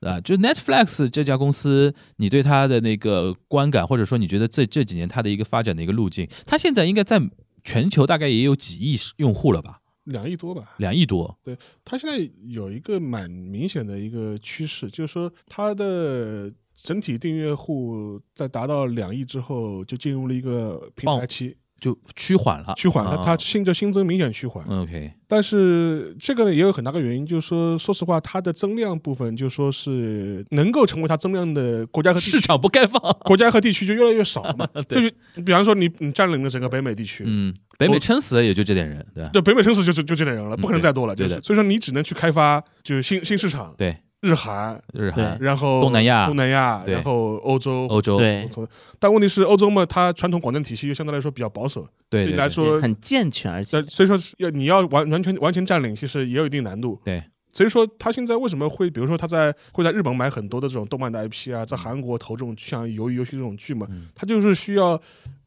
Speaker 3: 啊，就 Netflix 这家公司，你对它的那个观感，或者说你觉得这这几年它的一个发展的一个路径，它现在应该在全球大概也有几亿用户了吧，
Speaker 4: 两亿多吧。
Speaker 3: 两亿多。
Speaker 4: 他现在有一个蛮明显的一个趋势，就是说他的整体订阅户在达到两亿之后，就进入了一个平台期
Speaker 3: 就趋缓了，
Speaker 4: 趋缓，
Speaker 3: 啊嗯
Speaker 4: 它它新这新增明显趋缓。
Speaker 3: OK，
Speaker 4: 但是这个呢也有很大个原因，就是说，说实话，它的增量部分，就说是能够成为它增量的国家和地区
Speaker 3: 市场不开放。
Speaker 4: 国家和地区就越来越少嘛。 就
Speaker 3: 对
Speaker 4: 是比方说你你占领了整个北美地区，
Speaker 3: 嗯，北美撑死了也就这点人，对吧？
Speaker 4: 对北美城市就就就这点人了，不可能再多了。
Speaker 3: 嗯
Speaker 4: 就
Speaker 3: 对对
Speaker 4: 是
Speaker 3: 的
Speaker 4: 所以说你只能去开发就是新新市场，
Speaker 3: 对，
Speaker 4: 日韩，
Speaker 3: 日韩、
Speaker 4: 然后
Speaker 3: 东南亚
Speaker 4: 东南亚，
Speaker 3: 对
Speaker 4: 然后欧洲。
Speaker 3: 欧洲，
Speaker 2: 对，
Speaker 4: 从但问题是，欧洲嘛，它传统广电体系又相对来说比较保守，
Speaker 3: 对
Speaker 4: 你
Speaker 3: 对
Speaker 4: 来
Speaker 3: 对，
Speaker 4: 说，呃
Speaker 2: 很健全，而且
Speaker 4: 所以所以说是要你要完完全完全占领，其实也有一定难度。
Speaker 3: 对，
Speaker 4: 所以说他现在为什么会，比如说他在会在日本买很多的这种动漫的 IP 啊，
Speaker 3: 嗯
Speaker 4: 在韩国投这种像《鱿鱼游戏》这种剧嘛，他就是需要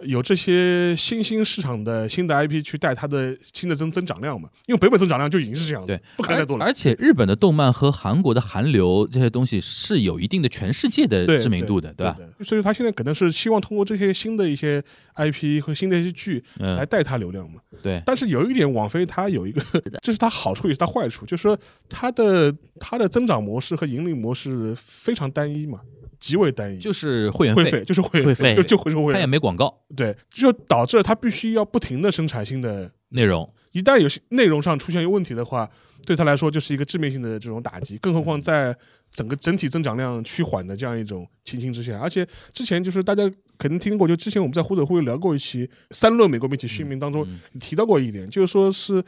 Speaker 4: 有这些新兴市场的新的 IP 去带它的新的增增长量嘛，因为北美增长量就已经是这样子，
Speaker 3: 对
Speaker 4: 不可能再多
Speaker 3: 而
Speaker 4: 了。
Speaker 3: 而且日本的动漫和韩国的韩流这些东西是有一定的全世界的
Speaker 4: 对
Speaker 3: 知名度的，
Speaker 4: 对
Speaker 3: 吧？
Speaker 4: 的所以说他现在可能是希望通过这些新的一些 IP 和新的一些剧来
Speaker 3: 嗯，
Speaker 4: 带它流量嘛。
Speaker 3: 对，
Speaker 4: 但是有一点，网飞它有一个，这是它好处也是它坏处，就是说它的它的增长模式和盈利模式非常单一嘛，极为单一，
Speaker 3: 就是会员
Speaker 4: 会费就是会
Speaker 2: 会费
Speaker 4: 就就会收会
Speaker 3: 它也
Speaker 4: 员，
Speaker 3: 没广告
Speaker 4: 对，就导致了它必须要不停的生产新的，
Speaker 3: 内容，
Speaker 4: 一旦有些内容上出现问题的话，对它来说就是一个致命性的这种打击，更何
Speaker 3: 嗯
Speaker 4: 况在整个整体增长量趋缓的这样一种情形之下，而且之前就是大家。肯定听过，就之前我们在《胡者会》聊过一期《三论美国媒体续命》当中，
Speaker 3: 嗯
Speaker 4: 提到过一点，就是说是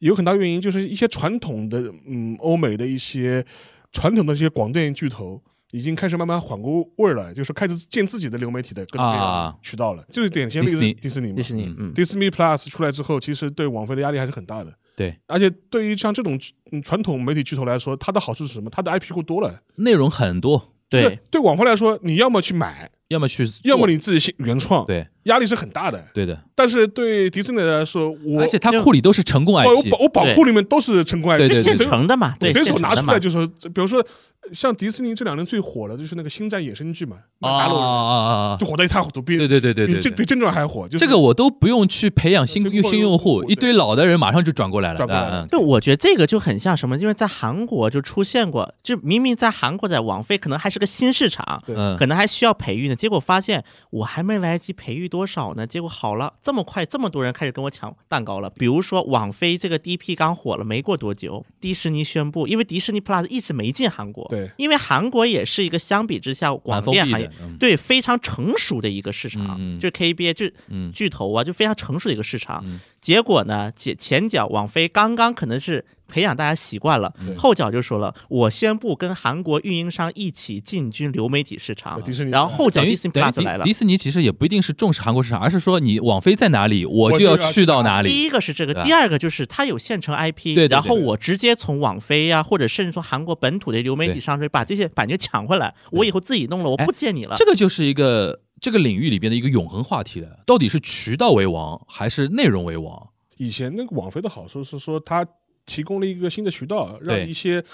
Speaker 4: 有很大原因，就是一些传统的嗯欧美的一些传统的一些广电巨头。已经开始慢慢缓过味儿了，就是开始建自己的流媒体的各种各样
Speaker 3: 啊
Speaker 4: 的渠道了，就是典型的
Speaker 3: 迪士尼
Speaker 4: 迪士尼嘛
Speaker 2: 迪。士尼，嗯，
Speaker 4: Disney Plus 出来之后，其实对网飞的压力还是很大的。
Speaker 3: 对，
Speaker 4: 而且对于像这种嗯传统媒体巨头来说，它的好处是什么？它的 IP 会多了。
Speaker 3: 内容很多，
Speaker 4: 就是
Speaker 2: 对，
Speaker 4: 对网飞来说，你要么去买，
Speaker 3: 要么去做，
Speaker 4: 要么你自己新原创。
Speaker 3: 对
Speaker 4: 压力是很大的。
Speaker 3: 对的，
Speaker 4: 但是对迪士尼来说，我
Speaker 3: 而且他库里都是成功
Speaker 4: 哦我
Speaker 3: IP，
Speaker 4: 宝我宝
Speaker 2: 对
Speaker 4: 库里面都是成功 IP，
Speaker 3: 对
Speaker 2: 就
Speaker 3: 对对
Speaker 2: 现
Speaker 4: 所以
Speaker 2: 成的嘛，对，
Speaker 4: 随
Speaker 2: 现
Speaker 4: 手
Speaker 2: 成
Speaker 4: 拿
Speaker 2: 的
Speaker 4: 出
Speaker 2: 嘛
Speaker 4: 来。就说，这比如说像迪士尼这两年最火的就是那个《星战》野生剧嘛，
Speaker 3: 啊
Speaker 4: 那个大
Speaker 3: 啊
Speaker 4: 陆
Speaker 3: 啊啊啊！
Speaker 4: 就火得一塌糊涂，比
Speaker 3: 对对对对对
Speaker 4: 比这
Speaker 3: 对，
Speaker 4: 比正传还火。就是
Speaker 3: 这个我都不用去培养新
Speaker 4: 这个
Speaker 3: 新用户，
Speaker 4: 对
Speaker 3: 一堆老的人马上就转过来了。
Speaker 4: 转过来了
Speaker 3: 嗯
Speaker 2: 对，我觉得这个就很像什么，因为在韩国就出现过，就明明在韩国在网飞可能还是个新市场，
Speaker 4: 对
Speaker 3: 嗯，
Speaker 2: 可能还需要培育呢，结果发现我还没来得及培育多少呢，结果好了，这么快，这么多人开始跟我抢蛋糕了。比如说网飞这个第一批刚火了，没过多久，迪士尼宣布，因为迪士尼 Plus 一直没进韩国，
Speaker 4: 对，
Speaker 2: 因为韩国也是一个相比之下广
Speaker 3: 蛮封
Speaker 2: 电
Speaker 3: 闭
Speaker 2: 行业
Speaker 3: 的。嗯
Speaker 2: 对非常成熟的一个市场，
Speaker 3: 嗯嗯
Speaker 2: 就是 KBA 就
Speaker 3: 嗯
Speaker 2: 巨头啊，就非常成熟的一个市场。
Speaker 3: 嗯
Speaker 2: 结果呢，前前脚网飞刚刚可能是培养大家习惯
Speaker 3: 嗯
Speaker 2: 了，
Speaker 4: 对
Speaker 2: 后脚就说了，我宣布跟韩国运营商一起进军流媒体市
Speaker 3: 哦
Speaker 2: 场，
Speaker 4: 迪士尼
Speaker 2: 然后后脚
Speaker 3: 等于
Speaker 2: Disney
Speaker 3: 等于
Speaker 2: Plus
Speaker 3: 迪
Speaker 2: 来了
Speaker 3: 迪。士尼其实也不一定是重视韩国市场，而是说你网飞在哪里，我
Speaker 4: 我
Speaker 3: 就
Speaker 4: 就
Speaker 3: 要
Speaker 4: 要
Speaker 3: 去
Speaker 4: 去
Speaker 3: 到
Speaker 4: 哪
Speaker 3: 哪里。
Speaker 2: 第一个是这个
Speaker 3: 对，吧
Speaker 2: 第二个就是它有现成 IP，
Speaker 3: 对对对
Speaker 2: 然后我直接从网飞呀、或者甚至从韩国本土的流媒体上去把这些版权抢回来，我以后自己弄了，我
Speaker 3: 哎
Speaker 2: 不借你了。
Speaker 3: 这个就是一个这个领域里边的一个永恒话题了，到底是渠道为王还是内容为王？
Speaker 4: 以前那个网飞的好处是说，它提供了一个新的渠道，让
Speaker 3: 对
Speaker 4: 一些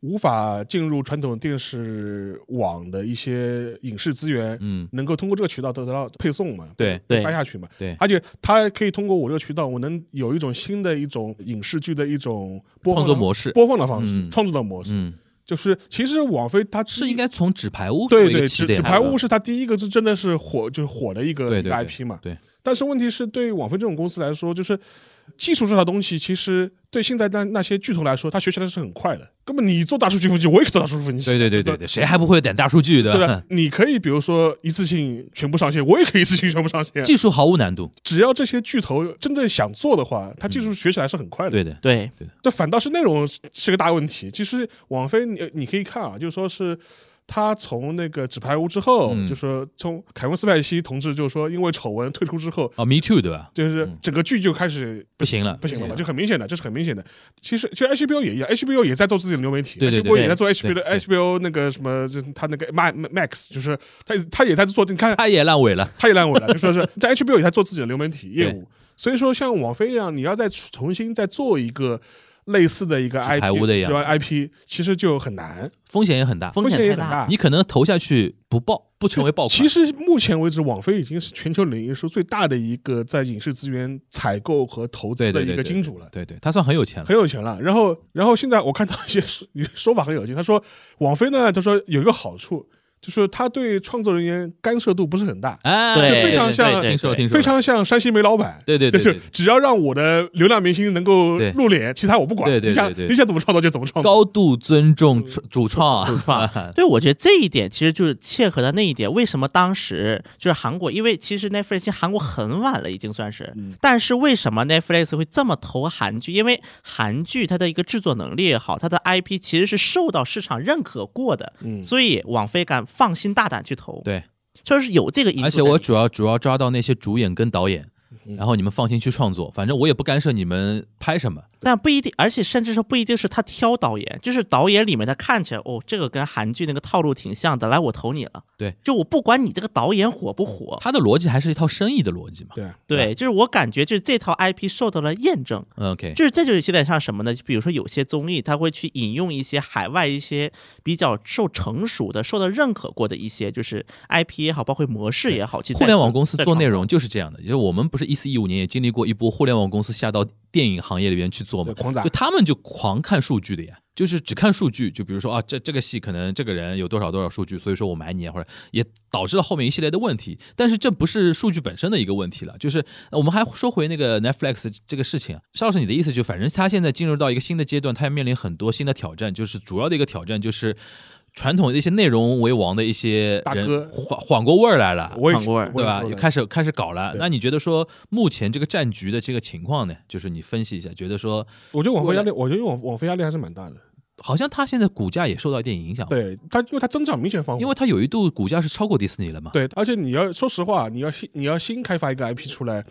Speaker 4: 无法进入传统电视网的一些影视资源，
Speaker 3: 嗯，
Speaker 4: 能够通过这个渠道得到配送嘛，
Speaker 3: 对
Speaker 2: 对
Speaker 4: 发下去嘛。
Speaker 3: 对，
Speaker 4: 而且它可以通过我这个渠道，我能有一种新的一种影视剧的一种播
Speaker 3: 创
Speaker 4: 放
Speaker 3: 作
Speaker 4: 的
Speaker 3: 模式，
Speaker 4: 播放的方式、
Speaker 3: 嗯
Speaker 4: 创作的模式。
Speaker 3: 嗯，
Speaker 4: 就是其实网飞它
Speaker 3: 是
Speaker 4: 第一
Speaker 3: 应该从纸牌屋作
Speaker 4: 对
Speaker 3: 为一
Speaker 4: 对
Speaker 3: 个
Speaker 4: 纸
Speaker 3: 起点
Speaker 4: 纸
Speaker 3: 的，
Speaker 4: 牌屋是它第一个是真的是火就是火的一个
Speaker 3: 对
Speaker 4: 一
Speaker 3: 对
Speaker 4: 个
Speaker 3: 对
Speaker 4: IP 嘛。
Speaker 3: 对
Speaker 4: 但是问题是对网飞这种公司来说，就是技术这套东西，其实对现在那那些巨头来说，它学起来是很快的。根本你做大数据分析，我也可以做大数据分析。
Speaker 3: 对对对对对，谁还不会点大数据
Speaker 4: 对啊
Speaker 3: 的
Speaker 4: 吧？？你可以比如说一次性全部上线，我也可以一次性全部上线。
Speaker 3: 技术毫无难度，
Speaker 4: 只要这些巨头真正想做的话，它技术学起来是很快的。
Speaker 3: 对的，
Speaker 2: 对，
Speaker 4: 这反倒是内容是是个大问题。其实网飞你呃你可以看啊，就是说是。他从那个纸牌屋之后，
Speaker 3: 嗯
Speaker 4: 就说从凯文斯派西同志就说因为丑闻退出之后，
Speaker 3: 哦，Me Too 对吧？
Speaker 4: 就是
Speaker 3: 嗯
Speaker 4: 整个剧就开始
Speaker 3: 不行了，
Speaker 4: 不行了嘛，
Speaker 3: 对
Speaker 4: 就很明显的，这是很明显的。其实其实 HBO 也一样，HBO 也在做自己的流媒体
Speaker 3: 对对对
Speaker 4: ，HBO 也在做
Speaker 3: 对
Speaker 4: HBO 的
Speaker 3: 对
Speaker 4: HBO 那个什么，就他那个 Ma- Max，就是他他也在做，你看
Speaker 3: 他也烂尾了，
Speaker 4: 他也烂尾了，就说是在 HBO 也在做自己的流媒体业
Speaker 3: 对
Speaker 4: 务。所以说，像网飞一样，你要再重新再做一个类似的一个
Speaker 3: 纸牌屋
Speaker 4: IP，
Speaker 3: 的一样
Speaker 4: 就 IP，其实就很难，
Speaker 3: 风险也很大，
Speaker 2: 风
Speaker 4: 险
Speaker 2: 险
Speaker 4: 也
Speaker 2: 太大。
Speaker 4: 很大。
Speaker 3: 你可能投下去不爆，不成为爆款。
Speaker 4: 其实目前为止，网飞已经是全球领域数最大的一个在影视资源采购和投
Speaker 3: 对
Speaker 4: 资的
Speaker 3: 对对
Speaker 4: 一
Speaker 3: 对
Speaker 4: 个金主了。
Speaker 3: 对对，他算很有钱了，
Speaker 4: 很有钱了。然后，然后现在我看到一些说 说法很有趣，他说网飞呢，他说有一个好处，就是他对创作人员干涉度不是很大，
Speaker 3: 哎，
Speaker 2: 对
Speaker 3: 对
Speaker 4: 非常
Speaker 3: 对
Speaker 4: 像
Speaker 3: 对对听说听说，
Speaker 4: 非常像山西煤老板。
Speaker 3: 对对
Speaker 4: 就
Speaker 3: 对对
Speaker 4: 是只要让我的流量明星能够
Speaker 3: 对
Speaker 4: 露脸，其他我不管。
Speaker 3: 对对对
Speaker 4: 你想
Speaker 3: 对
Speaker 4: 你想怎么创作就怎么创作。
Speaker 3: 高度尊重主主创啊，主创
Speaker 2: 对，我觉得这一点其实就是切合到那一点，为什么当时就是韩国，因为其实 Netflix 进韩国很晚了，已经算是，
Speaker 3: 嗯
Speaker 2: 但是为什么 Netflix 会这么投韩剧？因为韩剧它的一个制作能力也好，它的 IP 其实是受到市场认可过的，
Speaker 4: 嗯
Speaker 2: 所以网飞敢放心大胆去投，
Speaker 3: 对，
Speaker 2: 就是有这个因素在
Speaker 3: 而
Speaker 2: 里
Speaker 3: 且
Speaker 2: 面。
Speaker 3: 我主要主要抓到那些主演跟导演，
Speaker 4: 嗯
Speaker 3: 然后你们放心去创作，反正我也不干涉你们拍什么。
Speaker 2: 但不一定，而且甚至说不一定是他挑导演，就是导演里面他看起来哦，这个跟韩剧那个套路挺像的，来我投你了。
Speaker 3: 对，
Speaker 2: 就我不管你这个导演火不火，
Speaker 3: 他的逻辑还是一套生意的逻辑嘛。
Speaker 4: 对，
Speaker 2: 对，就是我感觉就是这套 IP 受到了验证，
Speaker 3: 嗯 OK，
Speaker 2: 就是这就是有点像什么呢？就比如说有些综艺，它会去引用一些海外一些比较受成熟的、受到认可过的一些，就是 IP 也好，包括模式也好，其实
Speaker 3: 互联网公司
Speaker 2: 在
Speaker 3: 做内
Speaker 2: 在
Speaker 3: 容就是这样的，就是我们不是一四一五年也经历过一波互联网公司下到电影行业里边去做嘛
Speaker 4: 对，狂砸
Speaker 3: 就他们就狂看数据的呀，就是只看数据，就比如说啊，这这个戏可能这个人有多少多少数据，所以说我买你啊，或者也导致了后面一系列的问题。但是这不是数据本身的一个问题了，就是呃我们还说回那个 Netflix 这个事情啊，邵老师你的意思就反正他现在进入到一个新的阶段，他要面临很多新的挑战，就是主要的一个挑战就是。传统的一些内容为王的一些
Speaker 4: 大
Speaker 3: 人
Speaker 4: 哥
Speaker 3: 缓缓过味儿来了，
Speaker 4: 我也
Speaker 2: 反过来
Speaker 4: 我
Speaker 3: 对
Speaker 4: 也
Speaker 3: 吧？
Speaker 4: 说
Speaker 3: 又
Speaker 4: 的
Speaker 3: 开始开始搞了。
Speaker 4: 对
Speaker 3: 那你觉得说目前这个战局的这个情况呢？就是你分析一下，觉得说
Speaker 4: 我觉得网飞压力，我觉得网网飞压力还是蛮大的。
Speaker 3: 好像它现在股价也受到一点影响，，
Speaker 4: 对它，因为它增长明显放缓
Speaker 3: 因为它有一度股价是超过迪士尼了嘛，
Speaker 4: 对，而且你要说实话，你要新你要新开发一个 IP 出来，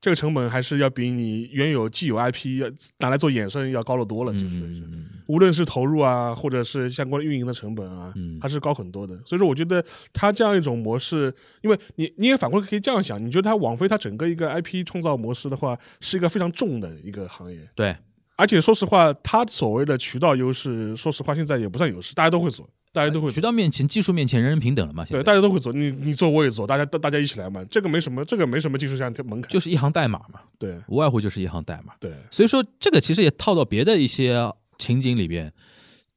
Speaker 4: 这个成本还是要比你原有既有 IP 要拿来做衍生要高得多了，就是。
Speaker 3: 嗯，
Speaker 4: 无论是投入啊，或者是相关运营的成本啊，
Speaker 3: 嗯
Speaker 4: 它是高很多的。所以说，我觉得它这样一种模式，因为你你也反过来可以这样想，你觉得它网飞它整个一个 IP 创造模式的话，是一个非常重的一个行业。
Speaker 3: 对，
Speaker 4: 而且说实话，它所谓的渠道优势，说实话现在也不算优势，大家都会做，大家都会
Speaker 3: 渠
Speaker 4: 做。
Speaker 3: 道面前、技术面前人人平等了嘛？现
Speaker 4: 对，
Speaker 3: 在
Speaker 4: 大家都会做，你你做我也做，大家大大家一起来嘛，这个没什么，这个没什么技术上的门槛。
Speaker 3: 就是一行代码嘛，
Speaker 4: 对
Speaker 3: 无外乎就是一行代码。
Speaker 4: 对，
Speaker 3: 所以说，这个其实也套到别的一些情景里边。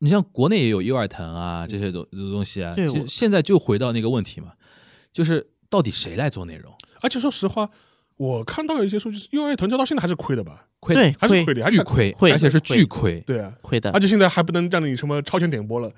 Speaker 3: 你像国内也有优尔腾啊这些东东西啊，
Speaker 2: 对
Speaker 3: 其实
Speaker 2: 我
Speaker 3: 现在就回到那个问题嘛，就是到底谁来做内容？
Speaker 4: 而且说实话，我看到一些数据，因为腾讯到现在还是亏的吧？
Speaker 3: 亏
Speaker 2: 对，
Speaker 4: 还是
Speaker 2: 会
Speaker 4: 亏的，还
Speaker 3: 巨
Speaker 4: 是
Speaker 3: 亏，
Speaker 2: 会
Speaker 3: 而且是巨亏。
Speaker 4: 对啊。
Speaker 2: 亏的
Speaker 3: 嗯
Speaker 4: 而。且现在还不能让你什么超前点播了，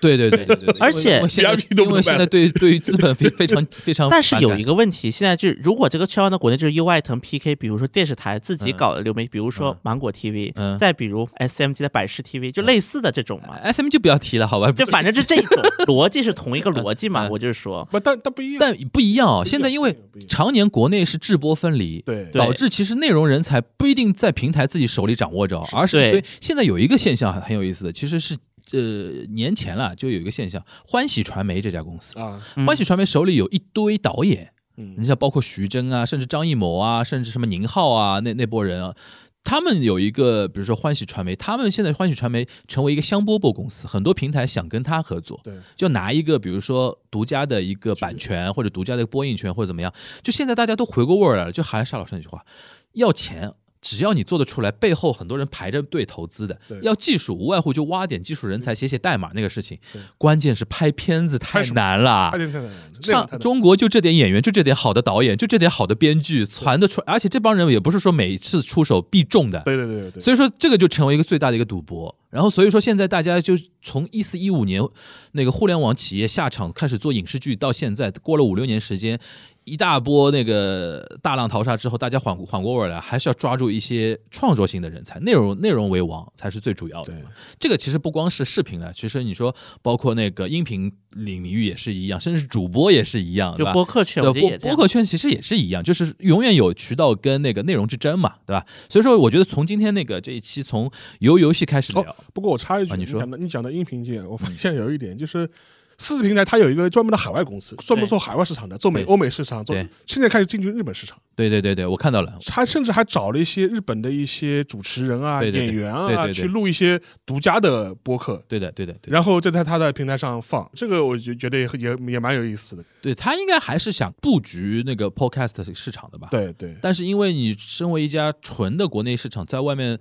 Speaker 3: 对对对对对，对
Speaker 2: 而且
Speaker 3: 因为现在
Speaker 4: VIP 都不
Speaker 3: 因
Speaker 4: 能
Speaker 3: 为现在
Speaker 4: 卖
Speaker 3: 对对于资本非非常非常，
Speaker 2: 但是有一
Speaker 3: 个
Speaker 2: 个问题，现在就如果这个圈外的国内就是 U 爱腾 PK，比如说电视台自己
Speaker 3: 嗯
Speaker 2: 搞的流媒，比如说
Speaker 3: 嗯
Speaker 2: 芒果 TV，、
Speaker 3: 嗯哎
Speaker 2: 再比如 SMG 的百视 TV，就类似的这种嘛，
Speaker 3: 啊 S M 就不要提了，好吧？
Speaker 2: 就反正是这 种逻辑是同一个逻辑嘛，
Speaker 3: 嗯
Speaker 2: 我就是说，
Speaker 4: 不，但但不一样。
Speaker 3: 但不一样啊、现在因为
Speaker 4: 不一样
Speaker 3: 常年国内是制播分离，
Speaker 4: 对对
Speaker 3: 导致其实内容人才不一定在平台自己手里掌握着，而是
Speaker 2: 对
Speaker 3: 对现在有一个现象很有意思的，其实是呃年前了就有一个现象，欢喜传媒这家公司，
Speaker 4: 啊，
Speaker 2: 嗯
Speaker 3: 欢喜传媒手里有一堆导演，你
Speaker 4: 嗯，
Speaker 3: 像包括徐峥啊，甚至张艺谋啊，甚至什么宁浩啊，那那波人啊。他们有一个，比如说欢喜传媒，他们现在欢喜传媒成为一个香饽饽公司，很多平台想跟他合作，
Speaker 4: 对，
Speaker 3: 就拿一个比如说独家的一个版权或者独家的播映权或者怎么样，就现在大家都回过味儿来了，就还是沙老师那句话，要钱。只要你做得出来，背后很多人排着队投资的
Speaker 4: 对。
Speaker 3: 要技术，无外乎就挖点技术人才，写写代码那个事情
Speaker 4: 对。
Speaker 3: 关键是拍片子太难了
Speaker 4: 太，简单了。
Speaker 3: 上中国就这点演员，就这点好的导演，就这点好的编剧，传得出来。而且这帮人也不是说每次出手必中的，
Speaker 4: 对对对对对，
Speaker 3: 所以说这个就成为一个最大的一个赌博。然后所以说现在大家就从一四一五年那个互联网企业下场开始做影视剧，到现在过了五六年时间，一大波那个大浪淘沙之后，大家缓缓过味儿来，还是要抓住一些创作性的人才，内容内容为王才是最主要的
Speaker 4: 对。
Speaker 3: 这个其实不光是视频了，其实你说包括那个音频领域也是一样，甚至主播也是一样，
Speaker 2: 就
Speaker 3: 对吧？
Speaker 2: 播客圈，
Speaker 3: 对
Speaker 2: 我觉得
Speaker 3: 播
Speaker 2: 也这
Speaker 3: 播
Speaker 2: 样
Speaker 3: 客圈其实也是一样，就是永远有渠道跟那个内容之争嘛，对吧？所以说，我觉得从今天那个这一期从游游戏开始聊，
Speaker 4: 哦不过我插一句，
Speaker 3: 啊你说
Speaker 4: 讲的你讲的音频界，我发现有一点就是。四四平台它有一个专门的海外公司，专门做海外市场的，做美
Speaker 3: 对
Speaker 4: 欧美市场，做
Speaker 3: 对
Speaker 4: 现在开始进军日本市场，
Speaker 3: 对对对对，我看到了，
Speaker 4: 他甚至还找了一些日本的一些主持人啊、
Speaker 3: 对对对
Speaker 4: 演员
Speaker 3: 对对
Speaker 4: 啊
Speaker 3: 对
Speaker 4: 去录一些独家的播客，
Speaker 3: 对的对的对的，
Speaker 4: 然后再在他的平台上放，这个我就觉得也也也蛮有意思的。
Speaker 3: 对他应该还是想布局那个 podcast 市场的吧？。
Speaker 4: 对对，
Speaker 3: 但是因为你身为一家纯的国内市场，在外面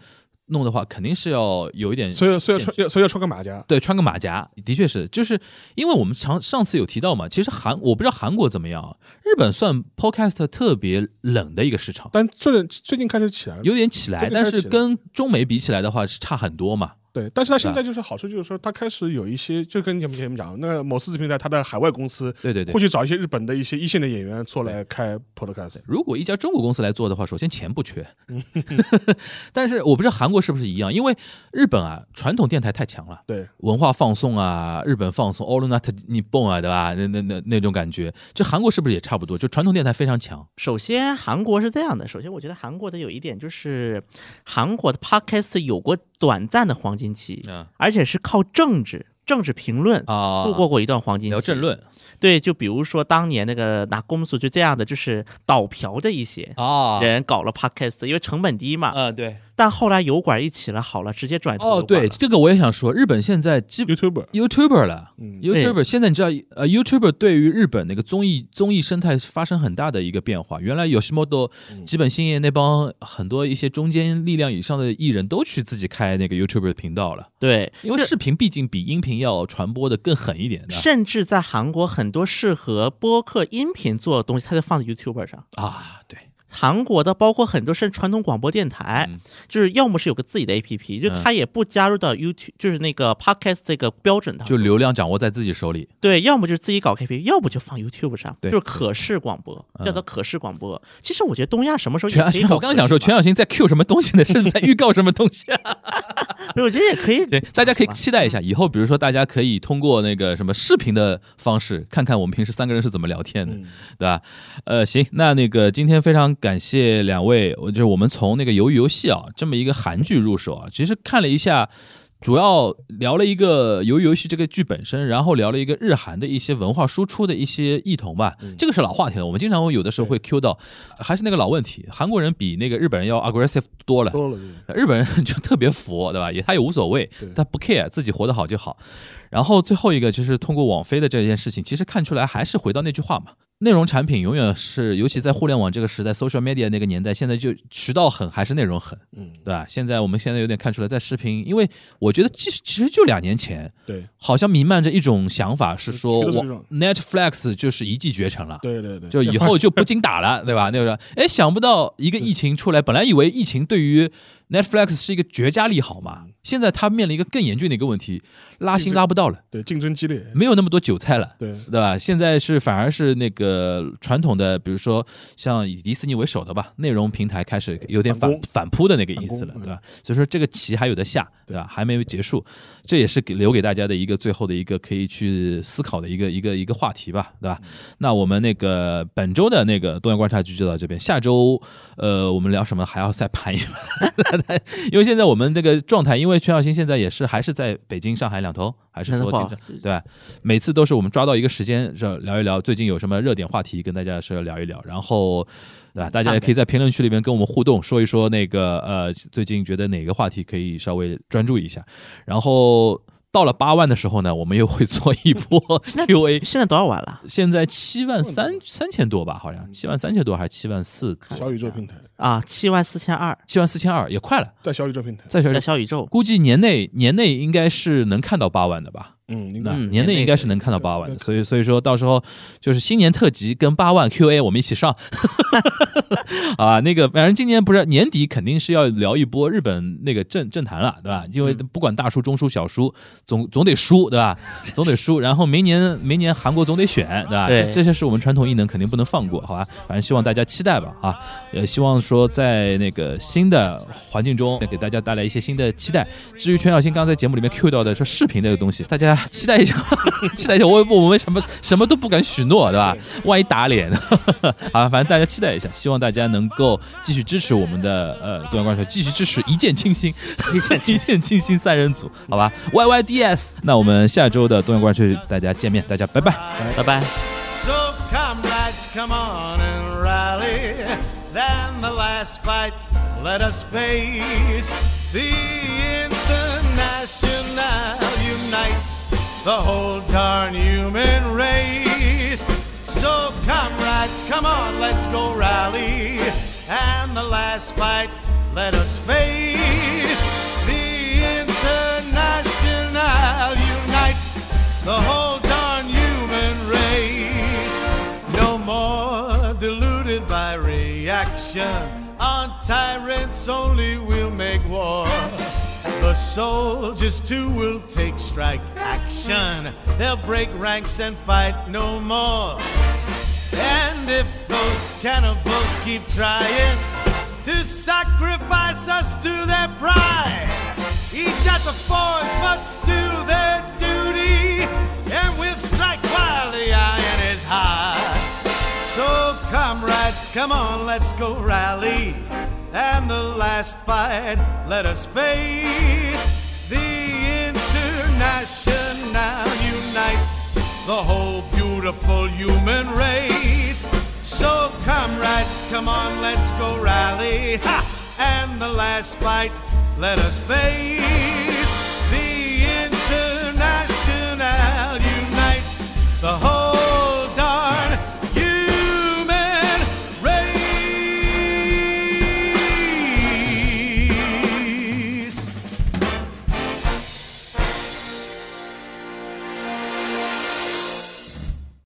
Speaker 3: 弄的话，肯定是要有一点
Speaker 4: 所以所以要
Speaker 3: 限制
Speaker 4: 穿要所以要穿个马甲，
Speaker 3: 对，穿个马甲，的确是，就是因为我们常上次有提到嘛，其实韩我不知道韩国怎么样，啊，日本算 podcast 特别冷的一个市场，
Speaker 4: 但最最近开始起来了。
Speaker 3: 有点起来，
Speaker 4: 这个
Speaker 3: 但
Speaker 4: 开
Speaker 3: 是
Speaker 4: 始了
Speaker 3: 跟中美比起来的话是差很多嘛。
Speaker 4: 对，但是它现
Speaker 3: 吧
Speaker 4: 在就是好处就是说，它开始有一些，就跟前面前面讲，那个某四四平台它的海外公司
Speaker 3: 对对对
Speaker 4: 会。去找一些日本的一些一线的演员做来开 podcast。
Speaker 3: 如果一家中国公司来做的话，首先钱不缺， 但是我不知道韩国是不是一样，因为日本啊，传统电台太强了，
Speaker 4: 对，
Speaker 3: 文化放送啊，日本放送 All Night n i p p o n 啊，对吧？那那那那种感觉，就韩国是不是也差不多？就传统电台非常强，
Speaker 2: 首先，韩国是这样的。首先，我觉得韩国的有一点就是，韩国的 podcast 有过短暂的黄金期，
Speaker 3: 嗯
Speaker 2: 而且是靠政治、政治评论
Speaker 3: 啊，
Speaker 2: 度过过一段黄金期。
Speaker 3: 聊政论
Speaker 2: 对，就比如说当年那个拿公诉就这样的，就是倒嫖的一些
Speaker 3: 啊，
Speaker 2: 人搞了 podcast，因为成本低嘛。
Speaker 3: 啊对，
Speaker 2: 但后来油管一起了，好了，直接转投
Speaker 3: 哦
Speaker 2: 油管
Speaker 3: 对，
Speaker 2: 了。
Speaker 3: 这个我也想说，日本现在基本。
Speaker 4: YouTuber，
Speaker 3: YouTuber 了
Speaker 4: 嗯
Speaker 2: 哎
Speaker 3: ，YouTuber 现在你知道，呃，YouTuber 对于日本那个综艺综艺生态发生很大的一个变化。原来有什么都
Speaker 4: 嗯
Speaker 3: 基本兴业那帮很多一些中间力量以上的艺人都去自己开那个 YouTuber 频道了，
Speaker 2: 对，
Speaker 3: 因为视频毕竟比音频要传播的更狠一点的
Speaker 2: 甚至在韩国很多适合播客音频做的东西，它就放在 YouTube 上。
Speaker 3: 啊，对，
Speaker 2: 韩国的包括很多是传统广播电台，
Speaker 3: 嗯
Speaker 2: 就是要么是有个自己的 APP，就
Speaker 3: 嗯
Speaker 2: 它也不加入到 YouTube，就是那个 Podcast 这个标准当
Speaker 3: 就
Speaker 2: 中，
Speaker 3: 流量掌握在自己手里，
Speaker 2: 对，要么就是自己搞 KP，要不就放 YouTube 上，
Speaker 3: 对
Speaker 2: 就是可视广播，
Speaker 3: 嗯
Speaker 2: 叫做可视广播。其实我觉得东亚什么时候也
Speaker 3: 全啊
Speaker 2: 可以
Speaker 3: 全
Speaker 2: 搞，
Speaker 3: 我刚想说，全，小新在 Q 什么东西呢？是在预告什么东西 啊？
Speaker 2: 我觉得也可以。
Speaker 3: 对，大家可以期待一下，以后比如说大家可以通过那个什么视频的方式，看看我们平时三个人是怎么聊天的。
Speaker 4: 嗯，
Speaker 3: 对吧？呃，行，那那个今天非常感谢两位，我就是我们从那个《鱿鱼游戏》啊这么一个韩剧入手啊，其实看了一下。主要聊了一个《鱿鱼游戏》这个剧本身，然后聊了一个日韩的一些文化输出的一些异同吧。这个是老话题了，我们经常会有的时候会 Q 到，还是那个老问题，韩国人比那个日本人要 aggressive 多了。
Speaker 4: 多了，对
Speaker 3: 日本人 就特别佛，对吧？也他也无所谓
Speaker 4: 对，
Speaker 3: 他不 care，自己活得好就好。然后最后一个就是通过网飞的这件事情，其实看出来还是回到那句话嘛，内容产品永远是，尤其在互联网这个时代，social media 那个年代，现在就渠道狠还是内容狠，
Speaker 4: 嗯，
Speaker 3: 对吧？现在我们现在有点看出来，在视频，因为我觉得其实其实就两年前，
Speaker 4: 对
Speaker 3: 好像弥漫着一种想法是说，
Speaker 4: 是的
Speaker 3: 我
Speaker 4: 是的
Speaker 3: Netflix 就是一骑绝尘了，
Speaker 4: 对对对，
Speaker 3: 就以后就不经打了，对吧？那个，哎，想不到一个疫情出来，本来以为疫情对于 Netflix 是一个绝佳利好嘛，现在它面临一个更严峻的一个问题，拉新拉不到了，
Speaker 4: 对竞争激烈，
Speaker 3: 没有那么多韭菜了。
Speaker 4: 对
Speaker 3: 对吧？现在是反而是那个传统的，比如说像以迪士尼为首的吧，内容平台开始有点反
Speaker 4: 反
Speaker 3: 反
Speaker 4: 攻
Speaker 3: 扑的那个意思了，
Speaker 4: 反攻
Speaker 3: 对吧？所以说这个棋还有的下，对吧？还没有结束，这也是给留给大家的一个最后的一个可以去思考的一个一个一个话题吧，对吧？那我们那个本周的那个东亚观察局就到这边，下周呃我们聊什么还要再盘一盘， 因为现在我们那个状态，因为全小新现在也是还是在北京、上海两头，还是
Speaker 2: 那
Speaker 3: 说
Speaker 2: 不
Speaker 3: 经
Speaker 2: 好
Speaker 3: 常对吧？每次都是我们抓到一个时间，这聊一聊最近有什么热点话题，跟大家是聊一聊，然后对吧？大家也可以在评论区里面跟我们互动，说一说那个呃最近觉得哪个话题可以稍微专注一下，然后。到了八万的时候呢，我们又会做一波 Q&A，
Speaker 2: 现在多少晚了
Speaker 3: 现在七万三三千多嗯吧，好像七万三千多还是七万四，
Speaker 4: 小宇宙平台，
Speaker 2: 啊？七万四千二，
Speaker 3: 七万四千二也快了，
Speaker 4: 在小宇宙平台，
Speaker 3: 再小
Speaker 2: 在小宇宙，
Speaker 3: 估计年内年内应该是能看到八万的吧，
Speaker 4: 嗯，应
Speaker 3: 那
Speaker 4: 该
Speaker 2: 嗯
Speaker 3: 年内应该是能看到八万的，所以所以说到时候就是新年特辑跟八万 Q&A 我们一起 上啊，那个反正今年不是年底肯定是要聊一波日本那个政政坛了，对吧？因为不管大叔、中叔、小叔，总总得输，对吧？总得输，然后明年明年韩国总得选，对吧？
Speaker 2: 对
Speaker 3: 这这些是我们传统异能肯定不能放过，好吧？反正希望大家期待吧，啊，也希望说在那个新的环境中给大家带来一些新的期待。至于全小新刚才节目里面 Q 到的说视频这个东西，大家期待一下， 期待一下，我我们什么什么都不敢许诺，对吧？万一打脸， 啊，反正大家期待一下，希望大家能够继续支持我们的呃多元观察，继续支持一见倾心，一见 一见倾心三人组，好吧？Y Y D S，那我们下周的多元观察局大家见面，大家拜拜。
Speaker 2: 拜拜。
Speaker 5: So comrades, come on and rally. Then the last fight, let us face. The international unites the whole darn human race. So comrades, come on, let's go rally. And the last fight, let us face. The international unites the whole darn human race. No more deluded by reaction. On tyrants only we'll make war. The soldiers too will take strike action. They'll break ranks and fight no more. And if those cannibals keep trying to sacrifice us to their pride, each at the forge must do their duty, and we'll strike while the iron is hot. So, comrades, come on, let's go rally. And the last fight, let us face. The international unites the whole beautiful human race. So, comrades, come on, let's go rally. Ha! And the last fight, let us face.